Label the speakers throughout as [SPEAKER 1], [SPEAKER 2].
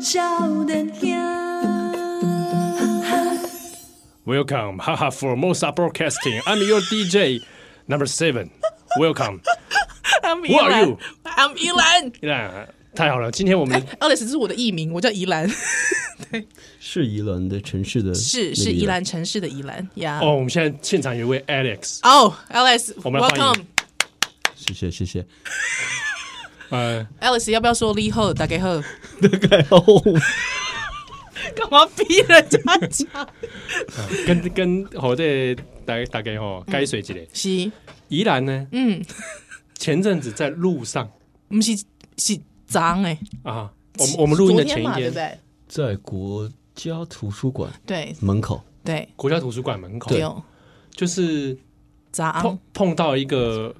[SPEAKER 1] 少年兄，哈哈
[SPEAKER 2] Welcome, haha, for Mosa Broadcasting. I'm your DJ number seven. Welcome.
[SPEAKER 3] I'm
[SPEAKER 2] Who are
[SPEAKER 3] 兰
[SPEAKER 2] you？
[SPEAKER 3] ，I'm 宜兰。
[SPEAKER 2] 那太好了，今天我们
[SPEAKER 3] Alex 这是我的艺名，我叫宜兰，
[SPEAKER 4] 是宜兰的城市的，
[SPEAKER 3] 是是宜。兰城市的宜兰呀。
[SPEAKER 2] 哦，我们现在现场有一位 Alex，
[SPEAKER 3] 哦，Alex，
[SPEAKER 2] 我们来欢迎
[SPEAKER 3] welcome。
[SPEAKER 4] 谢谢谢 谢。
[SPEAKER 2] 呃，
[SPEAKER 3] Alex 要不要说你好，大家 好？
[SPEAKER 4] 哦，
[SPEAKER 3] 干嘛逼人家讲？
[SPEAKER 2] 呃跟跟好的大大概哦，该水几嘞？
[SPEAKER 3] 是，
[SPEAKER 2] 宜兰呢？
[SPEAKER 3] 嗯，
[SPEAKER 2] 前阵子在路上
[SPEAKER 3] 不是是脏哎。
[SPEAKER 2] 啊，我们我们录音的前一
[SPEAKER 3] 昨嘛对
[SPEAKER 2] 天
[SPEAKER 3] 不，对？
[SPEAKER 4] 在国家图书馆
[SPEAKER 3] 对
[SPEAKER 4] 门口，
[SPEAKER 3] 对
[SPEAKER 2] 国家图书馆门口，
[SPEAKER 3] 对，啊哦，
[SPEAKER 2] 就是碰
[SPEAKER 3] 脏
[SPEAKER 2] 碰到一个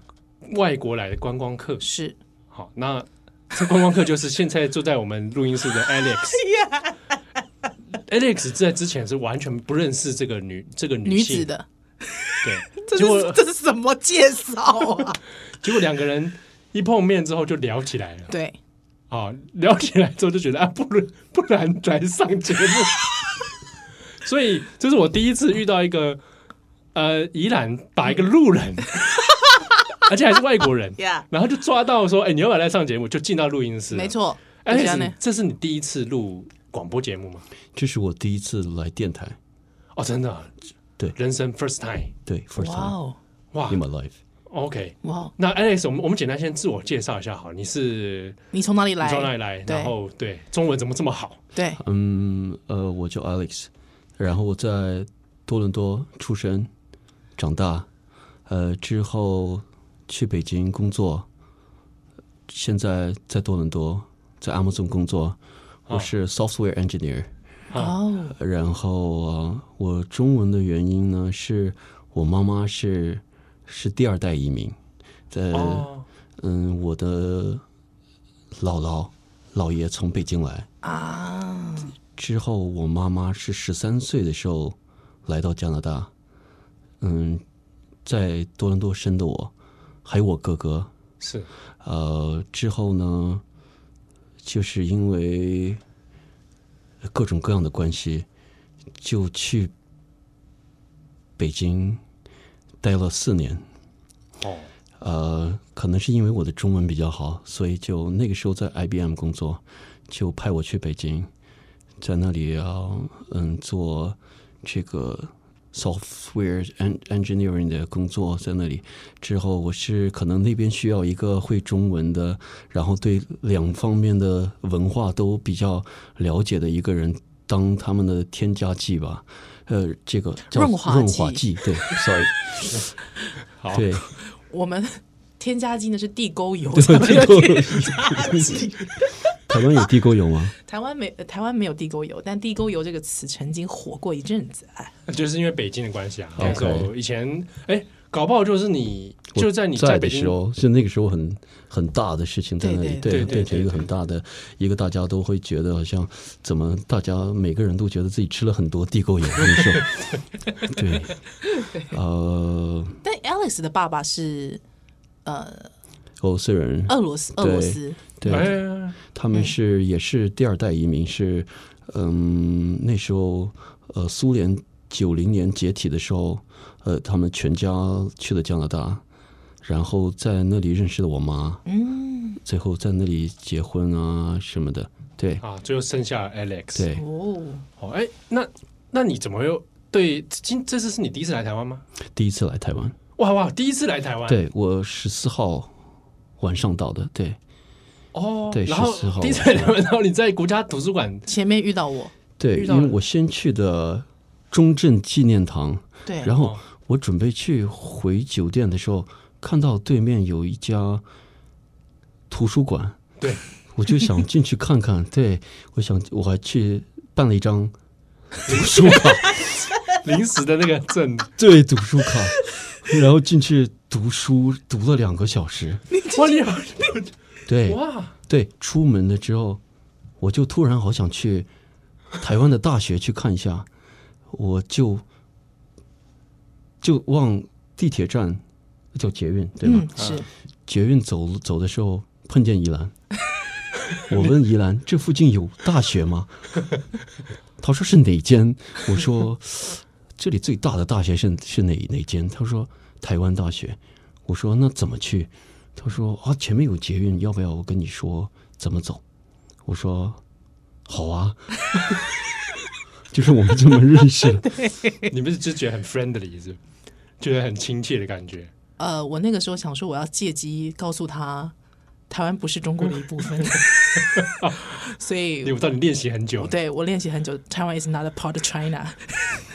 [SPEAKER 2] 外国来的观光客，
[SPEAKER 3] 是
[SPEAKER 2] 好，那这观光客就是现在坐在我们录音室的 Alex。Alex 在之前是完全不认识这个女这个
[SPEAKER 3] 女
[SPEAKER 2] 性
[SPEAKER 3] 子，的，
[SPEAKER 2] 对。
[SPEAKER 3] 这
[SPEAKER 2] 结果
[SPEAKER 3] 是这是什么介绍啊？
[SPEAKER 2] 结果两个人一碰面之后就聊起来了，
[SPEAKER 3] 对，
[SPEAKER 2] 啊，聊起来之后就觉得啊，不如不然来上节目。 所以这是我第一次遇到一个呃，宜兰把一个路人， 而且还是外国人
[SPEAKER 3] Yeah
[SPEAKER 2] 然后就抓到说，哎、你要不要来上节目？就进到录音室，
[SPEAKER 3] 没。错。
[SPEAKER 2] 哎
[SPEAKER 3] 这样呢，
[SPEAKER 2] 这是你第一次录广播节目吗？
[SPEAKER 4] 这是我第一次来电台，
[SPEAKER 2] 哦，真的啊，
[SPEAKER 4] 对
[SPEAKER 2] 人生 first time，
[SPEAKER 4] 对，first
[SPEAKER 3] 哇
[SPEAKER 4] time
[SPEAKER 3] 哦
[SPEAKER 2] 哇
[SPEAKER 4] in my life。
[SPEAKER 2] ，OK。
[SPEAKER 3] 哇哦，
[SPEAKER 2] 那 Alex，我们我们简单先自我介绍一下，好，你是
[SPEAKER 3] 你从哪里
[SPEAKER 2] 你
[SPEAKER 3] 来？
[SPEAKER 2] 从哪里来？
[SPEAKER 3] 对
[SPEAKER 2] 然后对中文怎么这么好？
[SPEAKER 3] 对，
[SPEAKER 4] 嗯，呃，我叫 Alex，然后我在多伦多出生、长大，呃，之后去北京工作，现在在多伦多，在 Amazon 工作，
[SPEAKER 3] 啊
[SPEAKER 4] 我是 software engineer。
[SPEAKER 2] 啊
[SPEAKER 3] 哦
[SPEAKER 4] 然后啊，我中文的原因呢，是我妈妈是是第二代移民，在、
[SPEAKER 2] 哦，
[SPEAKER 4] 嗯，我的姥姥姥爷从北京来，
[SPEAKER 3] 啊，
[SPEAKER 4] 之后，我妈妈是十三岁的时候来到加拿大，嗯，在多伦多生的我，还有我哥哥。
[SPEAKER 2] 是
[SPEAKER 4] 呃，之后呢，就是因为各种各样的关系，就去北京待了四年。
[SPEAKER 2] 哦，
[SPEAKER 4] 呃，可能是因为我的中文比较好，所以就那个时候在 IBM 工作，就派我去北京，在那里要嗯做这个 software en- engineering 的工作，在那里之后，我是可能那边需要一个会中文的，然后对两方面的文化都比较了解的一个人。当他们的添加剂吧，呃，这个叫
[SPEAKER 3] 润滑
[SPEAKER 4] 润滑
[SPEAKER 3] 剂
[SPEAKER 4] 剂，对，sorry，
[SPEAKER 2] 好，
[SPEAKER 4] 对，
[SPEAKER 3] 我们添加剂呢是地沟油，
[SPEAKER 4] 对
[SPEAKER 3] 咱们有
[SPEAKER 4] 地沟油
[SPEAKER 3] 添加剂。
[SPEAKER 4] 台湾有地沟油吗？
[SPEAKER 3] 台湾没呃台湾没有地沟油，但地沟油这个词曾经火过一阵子。哎，
[SPEAKER 2] 就是因为北京的关系啊。
[SPEAKER 4] OK
[SPEAKER 2] 那时候以前，哎，搞不好就是你就在你
[SPEAKER 4] 我在哦
[SPEAKER 2] 北
[SPEAKER 4] 的
[SPEAKER 2] 京
[SPEAKER 4] 时，候，就那个时候很很大的事情在那里，
[SPEAKER 3] 对
[SPEAKER 2] 对对
[SPEAKER 4] 变成一个很大的一个，大家都会觉得好像怎么大家每个人都觉得自己吃了很多地沟油，很瘦。 对，呃，
[SPEAKER 3] 但 Alex 的爸爸是呃
[SPEAKER 4] 俄罗斯哦人，
[SPEAKER 3] 俄罗斯，俄罗斯
[SPEAKER 4] 对，
[SPEAKER 2] 哎，
[SPEAKER 4] 他们是也是第二代移民，是嗯，那时候呃，苏联九零年解体的时候，呃，他们全家去了加拿大，然后在那里认识了我妈，
[SPEAKER 3] 嗯
[SPEAKER 4] 最后在那里结婚啊什么的。对
[SPEAKER 2] 啊，最后剩下 Alex。，
[SPEAKER 4] 对，
[SPEAKER 3] 哦，
[SPEAKER 2] 哦，哎，那那你怎么又对今这次是你第一次来台湾吗？
[SPEAKER 4] 第一次来台湾，
[SPEAKER 2] 哇哇，第一次来台湾，，
[SPEAKER 4] 对我十四号晚上到的，对
[SPEAKER 2] 哦，
[SPEAKER 4] 对
[SPEAKER 2] 然后
[SPEAKER 4] 14号
[SPEAKER 2] 第一次来台湾，然后你在国家图书馆，
[SPEAKER 3] 前面遇到我，
[SPEAKER 4] 对，
[SPEAKER 2] 遇到了
[SPEAKER 4] 因为我先去的中正纪念堂，
[SPEAKER 3] 对，
[SPEAKER 4] 然后
[SPEAKER 2] 哦
[SPEAKER 4] 我准备去回酒店的时候，看到对面有一家图书馆，
[SPEAKER 2] 对，
[SPEAKER 4] 我 就想进去看看。对，我想我还去办了一张图书卡。
[SPEAKER 2] 临时的那个 证，
[SPEAKER 4] 对，读书卡，然后进去读书，读了两个小时。
[SPEAKER 2] 哇，你好，
[SPEAKER 4] 对，
[SPEAKER 2] 哇，
[SPEAKER 4] 对，出门了之后，我就突然好想去台湾的大学去看一下，我就就往地铁站叫捷运对吧？啊
[SPEAKER 3] 嗯是
[SPEAKER 4] 捷运走走的时候碰见宜兰，我问宜兰这附近有大学吗？他说是哪间？我说这里最大的大学是是哪哪间？他说台湾大学。我说那怎么去？他说啊前面有捷运，要不要我跟你说怎么走？我说好啊，就是我们这么认识。
[SPEAKER 2] 你们就觉得很 friendly 是不是觉得很亲切的感觉。
[SPEAKER 3] 呃，我那个时候想说，我要借机告诉他，台湾不是中国的一部 分，所以
[SPEAKER 2] 因为我知道你练习很久了，
[SPEAKER 3] 对我练习很久，台湾 is not a part of China。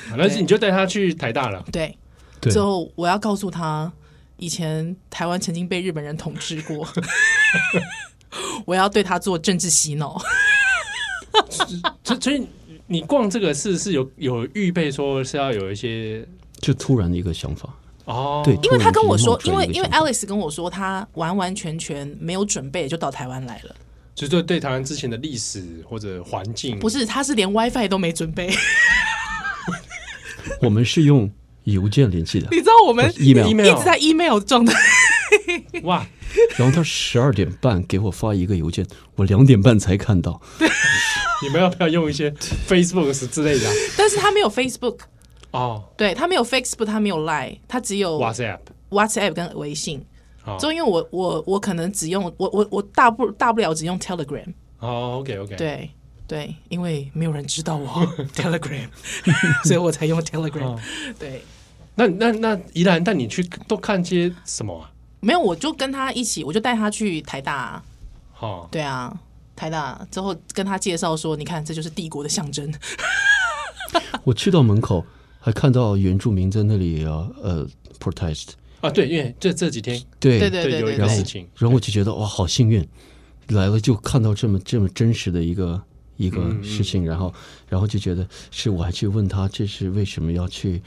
[SPEAKER 2] 好那
[SPEAKER 3] 对
[SPEAKER 2] 你就带他去台大了。
[SPEAKER 3] 对，
[SPEAKER 4] 对
[SPEAKER 3] 最后我要告诉他，以前台湾曾经被日本人统治过， 我要对他做政治洗 脑。
[SPEAKER 2] 所所以你逛这个是是有有预备说是要有一些
[SPEAKER 4] 就突然的一个想法，
[SPEAKER 2] 哦，
[SPEAKER 4] 对，，
[SPEAKER 3] 因为他跟我说，
[SPEAKER 4] 突
[SPEAKER 3] 因为
[SPEAKER 4] 然之间冒出来一个
[SPEAKER 3] 因为
[SPEAKER 4] 想法
[SPEAKER 3] Alex 跟我说，他完完全全没有准备就到台湾来了，
[SPEAKER 2] 就是对对台湾之前的历史或者环境
[SPEAKER 3] 不是，他是连 WiFi 都没准备。
[SPEAKER 4] 我们是用邮件联系的
[SPEAKER 3] 哎你知道我 们
[SPEAKER 4] 就是，email，
[SPEAKER 2] email
[SPEAKER 3] 一直在 email 状态，
[SPEAKER 2] 哇，
[SPEAKER 4] 然后他十二点半给我发一个邮件，我两点半才 看到。
[SPEAKER 2] 你们要不要用一些 Facebook 之类的啊
[SPEAKER 3] 但是他没有 Facebook，
[SPEAKER 2] 哦
[SPEAKER 3] 对他没有 Facebook，他没有 Line，他只有
[SPEAKER 2] ，WhatsApp
[SPEAKER 3] WhatsApp 跟微信。
[SPEAKER 2] 哦
[SPEAKER 3] 就因为我我我可能只用我我我大不大不了只用 Telegram，
[SPEAKER 2] 哦，OK OK，，
[SPEAKER 3] 对对，因为没有人知道我 Telegram，所 以我才用 Telegram
[SPEAKER 2] 哦。
[SPEAKER 3] 对，
[SPEAKER 2] 那那那宜兰，但你去都看些什么啊？
[SPEAKER 3] 没有我就跟他一起，我就带他去台大啊，
[SPEAKER 2] 哦，
[SPEAKER 3] 对啊，台大之后跟他介绍说，你看这就是帝国的象征，
[SPEAKER 4] 我去到门口，还看到原住民在那里呃呃 protest，
[SPEAKER 2] 啊，对，因为这这几天
[SPEAKER 4] 对
[SPEAKER 3] 对对对
[SPEAKER 2] 有一个
[SPEAKER 3] 对
[SPEAKER 4] 然后
[SPEAKER 2] 事
[SPEAKER 3] 对，
[SPEAKER 2] 情，
[SPEAKER 4] 然后我就觉得哇，好幸运，来了就看到这么这么真实的一个一个
[SPEAKER 3] 嗯
[SPEAKER 4] 事情，然后然后就觉得是我还去问他这是为什么要去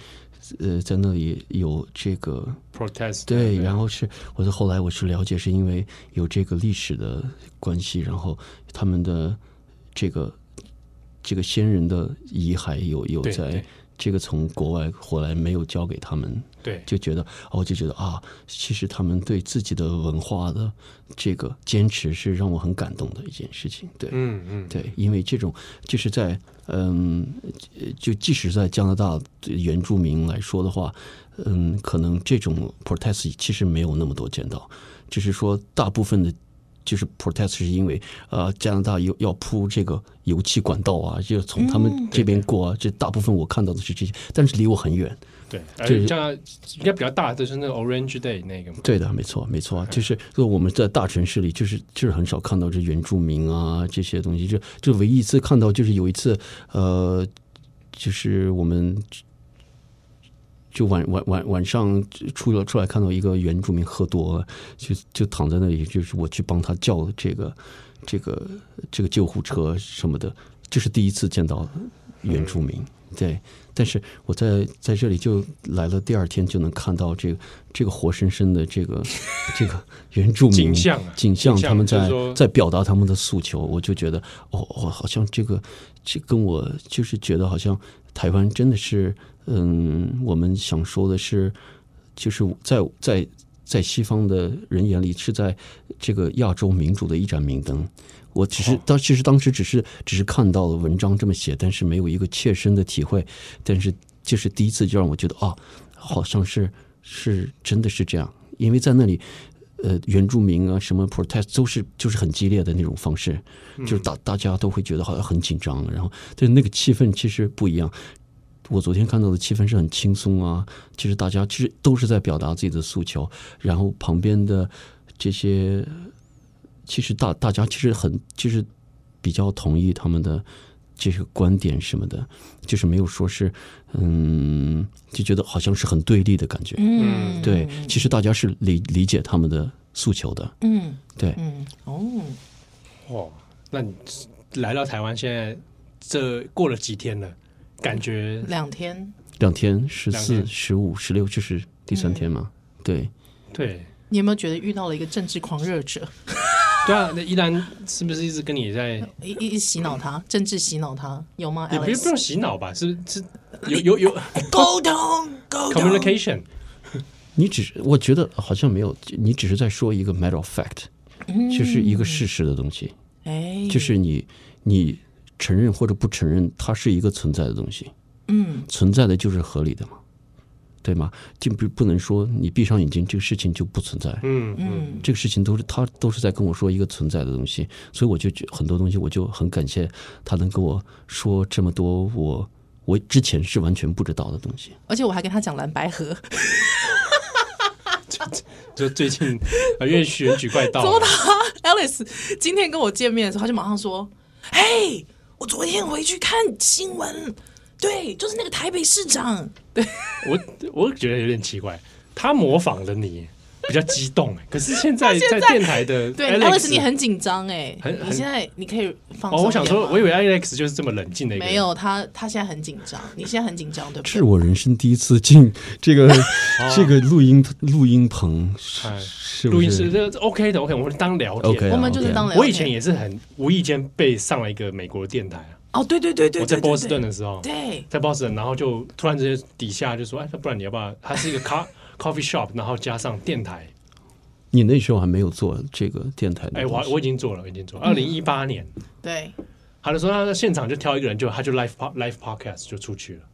[SPEAKER 4] 呃在那里有这个
[SPEAKER 2] protest
[SPEAKER 4] 对，
[SPEAKER 2] 后
[SPEAKER 4] 然后是我的后来我是了解，是因为有这个历史的关系，然后他们的这个这个先人的遗骸有有
[SPEAKER 2] 对
[SPEAKER 4] 在
[SPEAKER 2] 对
[SPEAKER 4] 这个从国外回来没有交给他们，
[SPEAKER 2] 对
[SPEAKER 4] 就觉得哦，就觉得啊，其实他们对自己的文化的这个坚持是让我很感动的一件事情，对。
[SPEAKER 2] 嗯嗯，
[SPEAKER 4] 对，因为这种就是在嗯，呃就即使在加拿大原住民来说的话，嗯，可能这种 protest 其实没有那么多见到，就是说大部分的。就是 protest 是因为呃加拿大要要铺这个油气管道啊，就从他们这边过啊，这大部分我看到的是这些，但是离我很远。
[SPEAKER 2] 对，而
[SPEAKER 4] 就
[SPEAKER 2] 且
[SPEAKER 4] 是
[SPEAKER 2] 像应该比较大的就是那个 Orange Day 那个嘛，
[SPEAKER 4] 对的，没错，没错，就是就我们在大城市里，就是就是很少看到这原住民啊这些东西，就就唯一一次看到就是有一次，呃，就是我们就晚晚晚晚上出了出来，看到一个原住民喝多了，就就躺在那里，就是我去帮他叫这个这个这个救护车什么的，这是第一次见到原住民，
[SPEAKER 2] 嗯
[SPEAKER 4] 对。但是我在在这里就来了，第二天就能看到这个这个活生生的这个这个原住民
[SPEAKER 2] 景象啊
[SPEAKER 4] 景象，
[SPEAKER 2] 景象
[SPEAKER 4] 他们
[SPEAKER 2] 就是
[SPEAKER 4] 在
[SPEAKER 2] 说
[SPEAKER 4] 在表达他们的诉求，我就觉得哦，哦，好像这个这跟我就是觉得好像台湾真的是，嗯，我们想说的是，就是在在在西方的人眼里是在这个亚洲民主的一盏明灯。我只
[SPEAKER 2] 哦
[SPEAKER 4] 是当其实当时只是只是看到了文章这么写，但是没有一个切身的体会。但是就是第一次就让我觉得啊，好像是是真的是这样，因为在那里。呃，原住民啊，什么 protest 都是就是很激烈的那种方式，就是大大家都会觉得好像很紧张，啊然后但那个气氛其实不一样。我昨天看到的气氛是很轻松啊，其实大家其实都是在表达自己的诉求，然后旁边的这些，其实大大家其实很其实比较同意他们的这些观点什么的，就是没有说是嗯，就觉得好像是很对立的感觉。
[SPEAKER 3] 嗯，
[SPEAKER 4] 对，其实大家是理理解他们的诉求的。
[SPEAKER 3] 嗯
[SPEAKER 4] 对，
[SPEAKER 3] 嗯哦，
[SPEAKER 2] 哇，哦那你来到台湾现在这过了几天了？感觉
[SPEAKER 3] 两天
[SPEAKER 4] 两天十
[SPEAKER 2] 两
[SPEAKER 4] 四、
[SPEAKER 2] 天
[SPEAKER 4] 十五、十六，这是第三
[SPEAKER 3] 嗯
[SPEAKER 4] 天嘛？对，
[SPEAKER 2] 对
[SPEAKER 3] 你有没有觉得遇到了一个政治狂热者，
[SPEAKER 2] 对啊，那依然是不是一直跟你在？
[SPEAKER 3] 一一一洗脑他，政治洗脑他有吗
[SPEAKER 2] 也不不
[SPEAKER 3] ？Alex，
[SPEAKER 2] 用洗脑吧？是 是有有有
[SPEAKER 3] 沟通沟通
[SPEAKER 2] communication
[SPEAKER 4] 你只是我
[SPEAKER 3] 嗯
[SPEAKER 4] 觉得好像没有，你只是在说一个 matter of fact，就是一个事实的东西。
[SPEAKER 3] 哎，
[SPEAKER 4] 就是你你承认或者不承认，它是一个存在的东西，
[SPEAKER 3] 嗯，
[SPEAKER 4] 存在的就是合理的嘛，对吗？就不不能说你闭上眼睛，这个事情就不存在。
[SPEAKER 2] 嗯嗯
[SPEAKER 4] 这个事情都是他都是在跟我说一个存在的东西，所以我就觉很多东西我就很感谢他能跟我说这么多我我之前是完全不知道的东西。
[SPEAKER 3] 而且我还跟他讲蓝白河，
[SPEAKER 2] 就最近呃，因为选举快到
[SPEAKER 3] 怎么
[SPEAKER 2] 了
[SPEAKER 3] 他 Alice 今天跟我见面的时候，他就马上说：“嘿，我昨天回去看新闻，对，就是那个台北市长，
[SPEAKER 2] 我我觉得有点奇怪，他模仿了你，比较激动、欸。可是现在在电台的
[SPEAKER 3] 对
[SPEAKER 2] Alex，
[SPEAKER 3] Alice 你很紧张哎，
[SPEAKER 2] 很很
[SPEAKER 3] 你现在你可以放
[SPEAKER 2] 哦，
[SPEAKER 3] 松
[SPEAKER 2] 我
[SPEAKER 3] 一点
[SPEAKER 2] 想
[SPEAKER 3] 吗
[SPEAKER 2] 说，我以为 Alex 就是这么冷静的一个人，
[SPEAKER 3] 没有他，他现在很紧张，你现在很紧张对不
[SPEAKER 4] 这是
[SPEAKER 3] 对？
[SPEAKER 4] 我人生第一次进 这个这个录音录音棚，是
[SPEAKER 2] 哦哎
[SPEAKER 4] 是不
[SPEAKER 2] 录
[SPEAKER 4] 是
[SPEAKER 2] 音室这个 OK 的 OK，我们当聊天。
[SPEAKER 4] OK 啊
[SPEAKER 3] 我们就是当聊天
[SPEAKER 2] 我以前也是很无意间被上了一个美国电台啊，
[SPEAKER 3] 哦，对对对对，
[SPEAKER 2] 我在
[SPEAKER 3] 对
[SPEAKER 2] 波士顿，
[SPEAKER 3] 对
[SPEAKER 2] 的时候，
[SPEAKER 3] 对
[SPEAKER 2] 在波士顿，然后就突然之间底下就说，哎，那不然你要不要？它是一个咖 coffee shop，然后加上电台，
[SPEAKER 4] 你那时候还没有做这个电台的
[SPEAKER 2] 哎，
[SPEAKER 4] 东西，
[SPEAKER 2] 我我已经做了，我已经做了，二零一八年。
[SPEAKER 3] 对，
[SPEAKER 2] 他就说他在现场就挑一个人就，他就 live po- live podcast 就出去了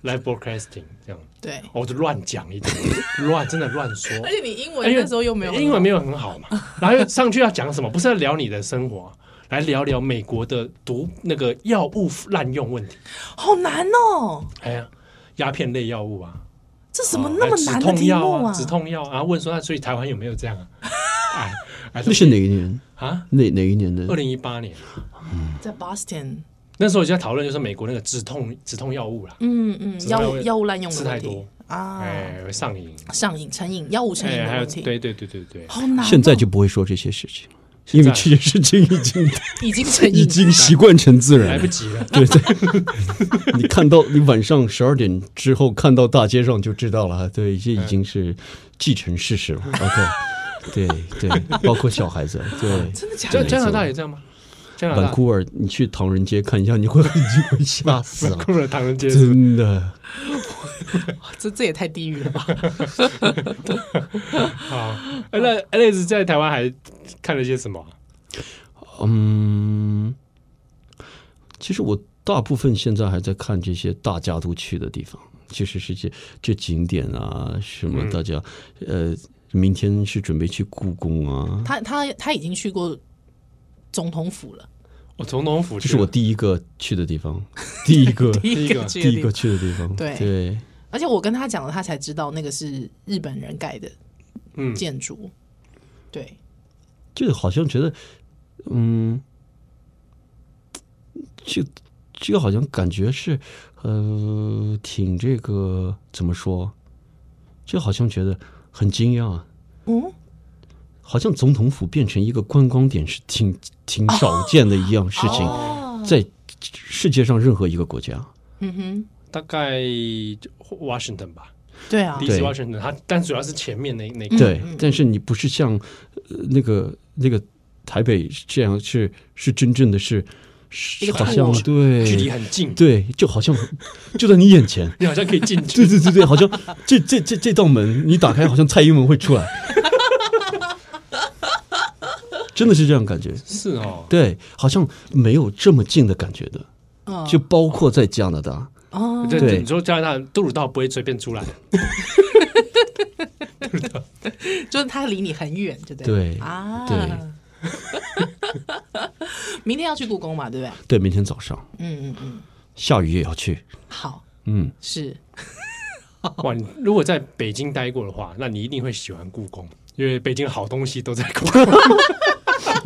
[SPEAKER 2] ，live broadcasting 这样，哦
[SPEAKER 3] 对，
[SPEAKER 2] 我就乱讲一点， 乱真的乱说，
[SPEAKER 3] 而且你英
[SPEAKER 2] 哎
[SPEAKER 3] 文
[SPEAKER 2] 因为
[SPEAKER 3] 那时候又没有很好，
[SPEAKER 2] 英文没有很好嘛，然后又上去要讲什么？不是要聊你的生活，啊来聊聊美国的毒那个药物滥用问题，
[SPEAKER 3] 好难哦，
[SPEAKER 2] 哎呀，鸦片类药物啊，
[SPEAKER 3] 这什么
[SPEAKER 2] 哦
[SPEAKER 3] 那么
[SPEAKER 2] 还有止
[SPEAKER 3] 难的
[SPEAKER 2] 痛
[SPEAKER 3] 题
[SPEAKER 2] 药
[SPEAKER 3] 目
[SPEAKER 2] 啊？止痛药啊？问说那所以台湾有没有这样啊？ 哎，哎
[SPEAKER 4] 那是哪一年？
[SPEAKER 2] 啊？
[SPEAKER 4] 哪哪一年的
[SPEAKER 2] 二？零一八年
[SPEAKER 3] 在 Boston，
[SPEAKER 2] 那时候我就在讨论，就是美国那个止痛止痛药物啦，
[SPEAKER 3] 嗯嗯，
[SPEAKER 2] 止痛
[SPEAKER 3] 药
[SPEAKER 2] 药
[SPEAKER 3] 物药物滥用的
[SPEAKER 2] 吃
[SPEAKER 3] 问
[SPEAKER 2] 太
[SPEAKER 3] 题
[SPEAKER 2] 多
[SPEAKER 3] 啊，
[SPEAKER 2] 哎，会上瘾。
[SPEAKER 3] 上瘾、成瘾、药物成瘾
[SPEAKER 2] 哎，
[SPEAKER 3] 的
[SPEAKER 2] 还有
[SPEAKER 3] 问题，
[SPEAKER 2] 对对对对对，
[SPEAKER 3] 好难哦。
[SPEAKER 4] 现在就不会说这些事情，
[SPEAKER 2] 现
[SPEAKER 4] 因
[SPEAKER 2] 在
[SPEAKER 4] 为这些事情已 经
[SPEAKER 3] 已经成
[SPEAKER 4] 已
[SPEAKER 3] 瘾，
[SPEAKER 4] 经习惯成自然
[SPEAKER 2] 来
[SPEAKER 4] 了
[SPEAKER 2] 不。及了。
[SPEAKER 4] 对对， 你看到你晚上十二点之后看到大街上就知道了，啊对，这已经是既成事实了。OK，对 对，包括小孩子，对，
[SPEAKER 3] 真的假
[SPEAKER 2] 加
[SPEAKER 3] 的？
[SPEAKER 2] 加拿大也这样吗？加拿
[SPEAKER 4] vancouver
[SPEAKER 2] 大
[SPEAKER 4] 你去唐人街看一下，你会你会吓死
[SPEAKER 2] 温
[SPEAKER 4] 了，
[SPEAKER 2] 库尔唐人街是不是
[SPEAKER 4] 真的。
[SPEAKER 3] 这这也太地狱了吧？
[SPEAKER 2] 好。哎那 Alex 在台湾还看了些什么啊？
[SPEAKER 4] 嗯，其实我大部分现在还在看这些大家都去的地方，其实是这这景点啊，什么大家、呃，明天是准备去故宫啊，
[SPEAKER 3] 他他他已经去过总统府了，
[SPEAKER 2] 我总统府
[SPEAKER 4] 这
[SPEAKER 2] 去
[SPEAKER 4] 是我
[SPEAKER 2] 了
[SPEAKER 4] 第一个去的地方，第一个
[SPEAKER 3] 第
[SPEAKER 2] 一个
[SPEAKER 3] 去的
[SPEAKER 4] 第一
[SPEAKER 3] 地方
[SPEAKER 4] 个去的地方。
[SPEAKER 3] 对
[SPEAKER 4] 对，
[SPEAKER 3] 而且我跟他讲了，他才知道那个是日本人盖的
[SPEAKER 2] 嗯，
[SPEAKER 3] 建筑。对，
[SPEAKER 4] 就好像觉得，嗯，这这个好像感觉是，呃，挺这个怎么说？就好像觉得很惊讶啊，
[SPEAKER 3] 嗯，
[SPEAKER 4] 好像总统府变成一个观光点是挺挺少见的一样事情，
[SPEAKER 3] 哦
[SPEAKER 4] 在世界上任何一个国家。
[SPEAKER 3] 嗯哼，
[SPEAKER 2] 大概 Washington 吧
[SPEAKER 3] 对啊，
[SPEAKER 2] ，DC Washington，它但主要是前面那那
[SPEAKER 3] 嗯
[SPEAKER 2] 个
[SPEAKER 4] 对，但是你不是像、呃那个那个台北这样是是真正的是
[SPEAKER 3] 一
[SPEAKER 4] 是
[SPEAKER 3] 个
[SPEAKER 4] 好
[SPEAKER 3] 大
[SPEAKER 4] 像
[SPEAKER 3] 陆
[SPEAKER 2] 距离
[SPEAKER 4] 对
[SPEAKER 2] 很近，
[SPEAKER 4] 对，就好像 就在你眼前。
[SPEAKER 2] 你好像可以进去。
[SPEAKER 4] 对对对对，好像这这这这道门你打开，好像蔡英文会出来， 真的是这样感觉。
[SPEAKER 2] 是哦，
[SPEAKER 4] 对，好像没有这么近的感觉的，
[SPEAKER 3] 嗯
[SPEAKER 4] 就包括在加拿大，
[SPEAKER 3] 哦，
[SPEAKER 2] 对
[SPEAKER 4] 对
[SPEAKER 2] 对，你说加拿大杜鲁道不会随便出来，
[SPEAKER 3] 就是他离你很远，对不对？
[SPEAKER 4] 对
[SPEAKER 3] 啊，
[SPEAKER 4] 对。
[SPEAKER 3] 明天要去故宫嘛，对不对？
[SPEAKER 4] 对，明天早上
[SPEAKER 3] 嗯嗯嗯，
[SPEAKER 4] 下雨也要去，
[SPEAKER 3] 好，
[SPEAKER 4] 嗯，
[SPEAKER 3] 是
[SPEAKER 2] 哇！你如果在北京待过的话，那你一定会喜欢故宫，因为北京好东西都在故宫，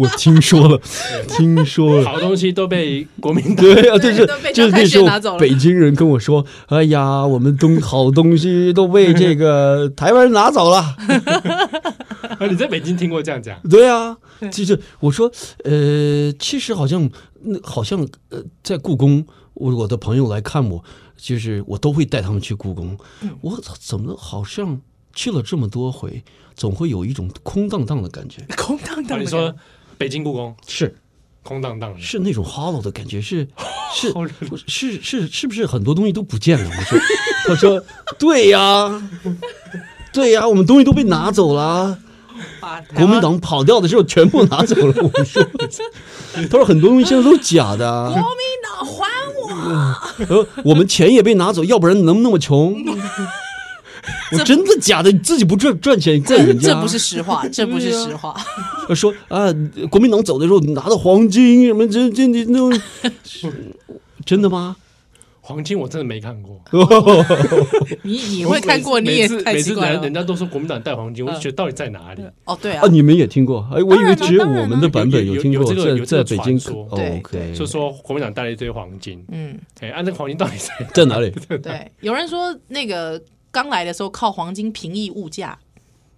[SPEAKER 4] 我听 说了，听说了。
[SPEAKER 2] 好东西都被国民党
[SPEAKER 4] 对啊，就
[SPEAKER 3] 对
[SPEAKER 4] 是
[SPEAKER 3] 都被
[SPEAKER 4] 就
[SPEAKER 3] 张
[SPEAKER 4] 是
[SPEAKER 3] 太
[SPEAKER 4] 那
[SPEAKER 3] 学
[SPEAKER 4] 时
[SPEAKER 3] 拿走
[SPEAKER 4] 候
[SPEAKER 3] 了
[SPEAKER 4] 北京人跟我说：“哎呀，我们东好东西都被这个台湾人拿走了。
[SPEAKER 2] 啊， 你在北京听过这样讲？”
[SPEAKER 4] 对啊，就是我说，呃，其实好像那好像呃，在故宫，我我的朋友来看我，就是我都会带他们去故宫。我操怎么好像去了这么多回，总会有一种空荡荡的感觉，
[SPEAKER 3] 空荡
[SPEAKER 2] 啊，
[SPEAKER 3] 荡的
[SPEAKER 2] 你
[SPEAKER 3] 感觉。
[SPEAKER 2] 说北京故宫
[SPEAKER 4] 是
[SPEAKER 2] 空荡荡的，
[SPEAKER 4] 是那种 hollow 的感觉，是是
[SPEAKER 2] Hollow
[SPEAKER 4] 我是是是不是很多东西都不见了？我说，他说对呀，对呀，我们东西都被拿走了。
[SPEAKER 3] 把啊台湾
[SPEAKER 4] 国民党跑掉的时候全部拿走了。我说，他说很多东西现在都是假的、
[SPEAKER 3] 国
[SPEAKER 4] 啊，
[SPEAKER 3] 民党还我，
[SPEAKER 4] 呃，我们钱也被拿走，要不然能那么穷？我真的假的？你自己不赚赚钱，怪
[SPEAKER 3] 这
[SPEAKER 4] 人家？
[SPEAKER 3] 这不是实话，这不是
[SPEAKER 4] 对啊
[SPEAKER 3] 实话。
[SPEAKER 4] 说啊，国民党走的时候拿到黄金什么这这这那种，真的吗？
[SPEAKER 2] 黄金我真的没看过，
[SPEAKER 3] 你你
[SPEAKER 2] 你
[SPEAKER 3] 会看过，你也太
[SPEAKER 2] 每
[SPEAKER 3] 奇
[SPEAKER 2] 次
[SPEAKER 3] 怪
[SPEAKER 2] 人
[SPEAKER 3] 了嗯
[SPEAKER 2] 人。家都说国民党带黄金，我就觉得到底在哪里？
[SPEAKER 3] 哦，对啊
[SPEAKER 4] 啊，，你们也听过？哎，我以为只有
[SPEAKER 3] 当然了
[SPEAKER 4] 我们的版本
[SPEAKER 2] 有有
[SPEAKER 4] 听过，
[SPEAKER 2] 有这个有这
[SPEAKER 4] 在在
[SPEAKER 2] 个
[SPEAKER 4] 北京
[SPEAKER 2] 传说
[SPEAKER 4] 哦
[SPEAKER 3] 对
[SPEAKER 4] ，OK，
[SPEAKER 2] 就说国民党带了一堆黄金，
[SPEAKER 3] 嗯，
[SPEAKER 2] 哎，啊，那个黄金到底 在？
[SPEAKER 4] 在哪里？
[SPEAKER 3] 对，有人说那个刚来的时候靠黄金平抑物价，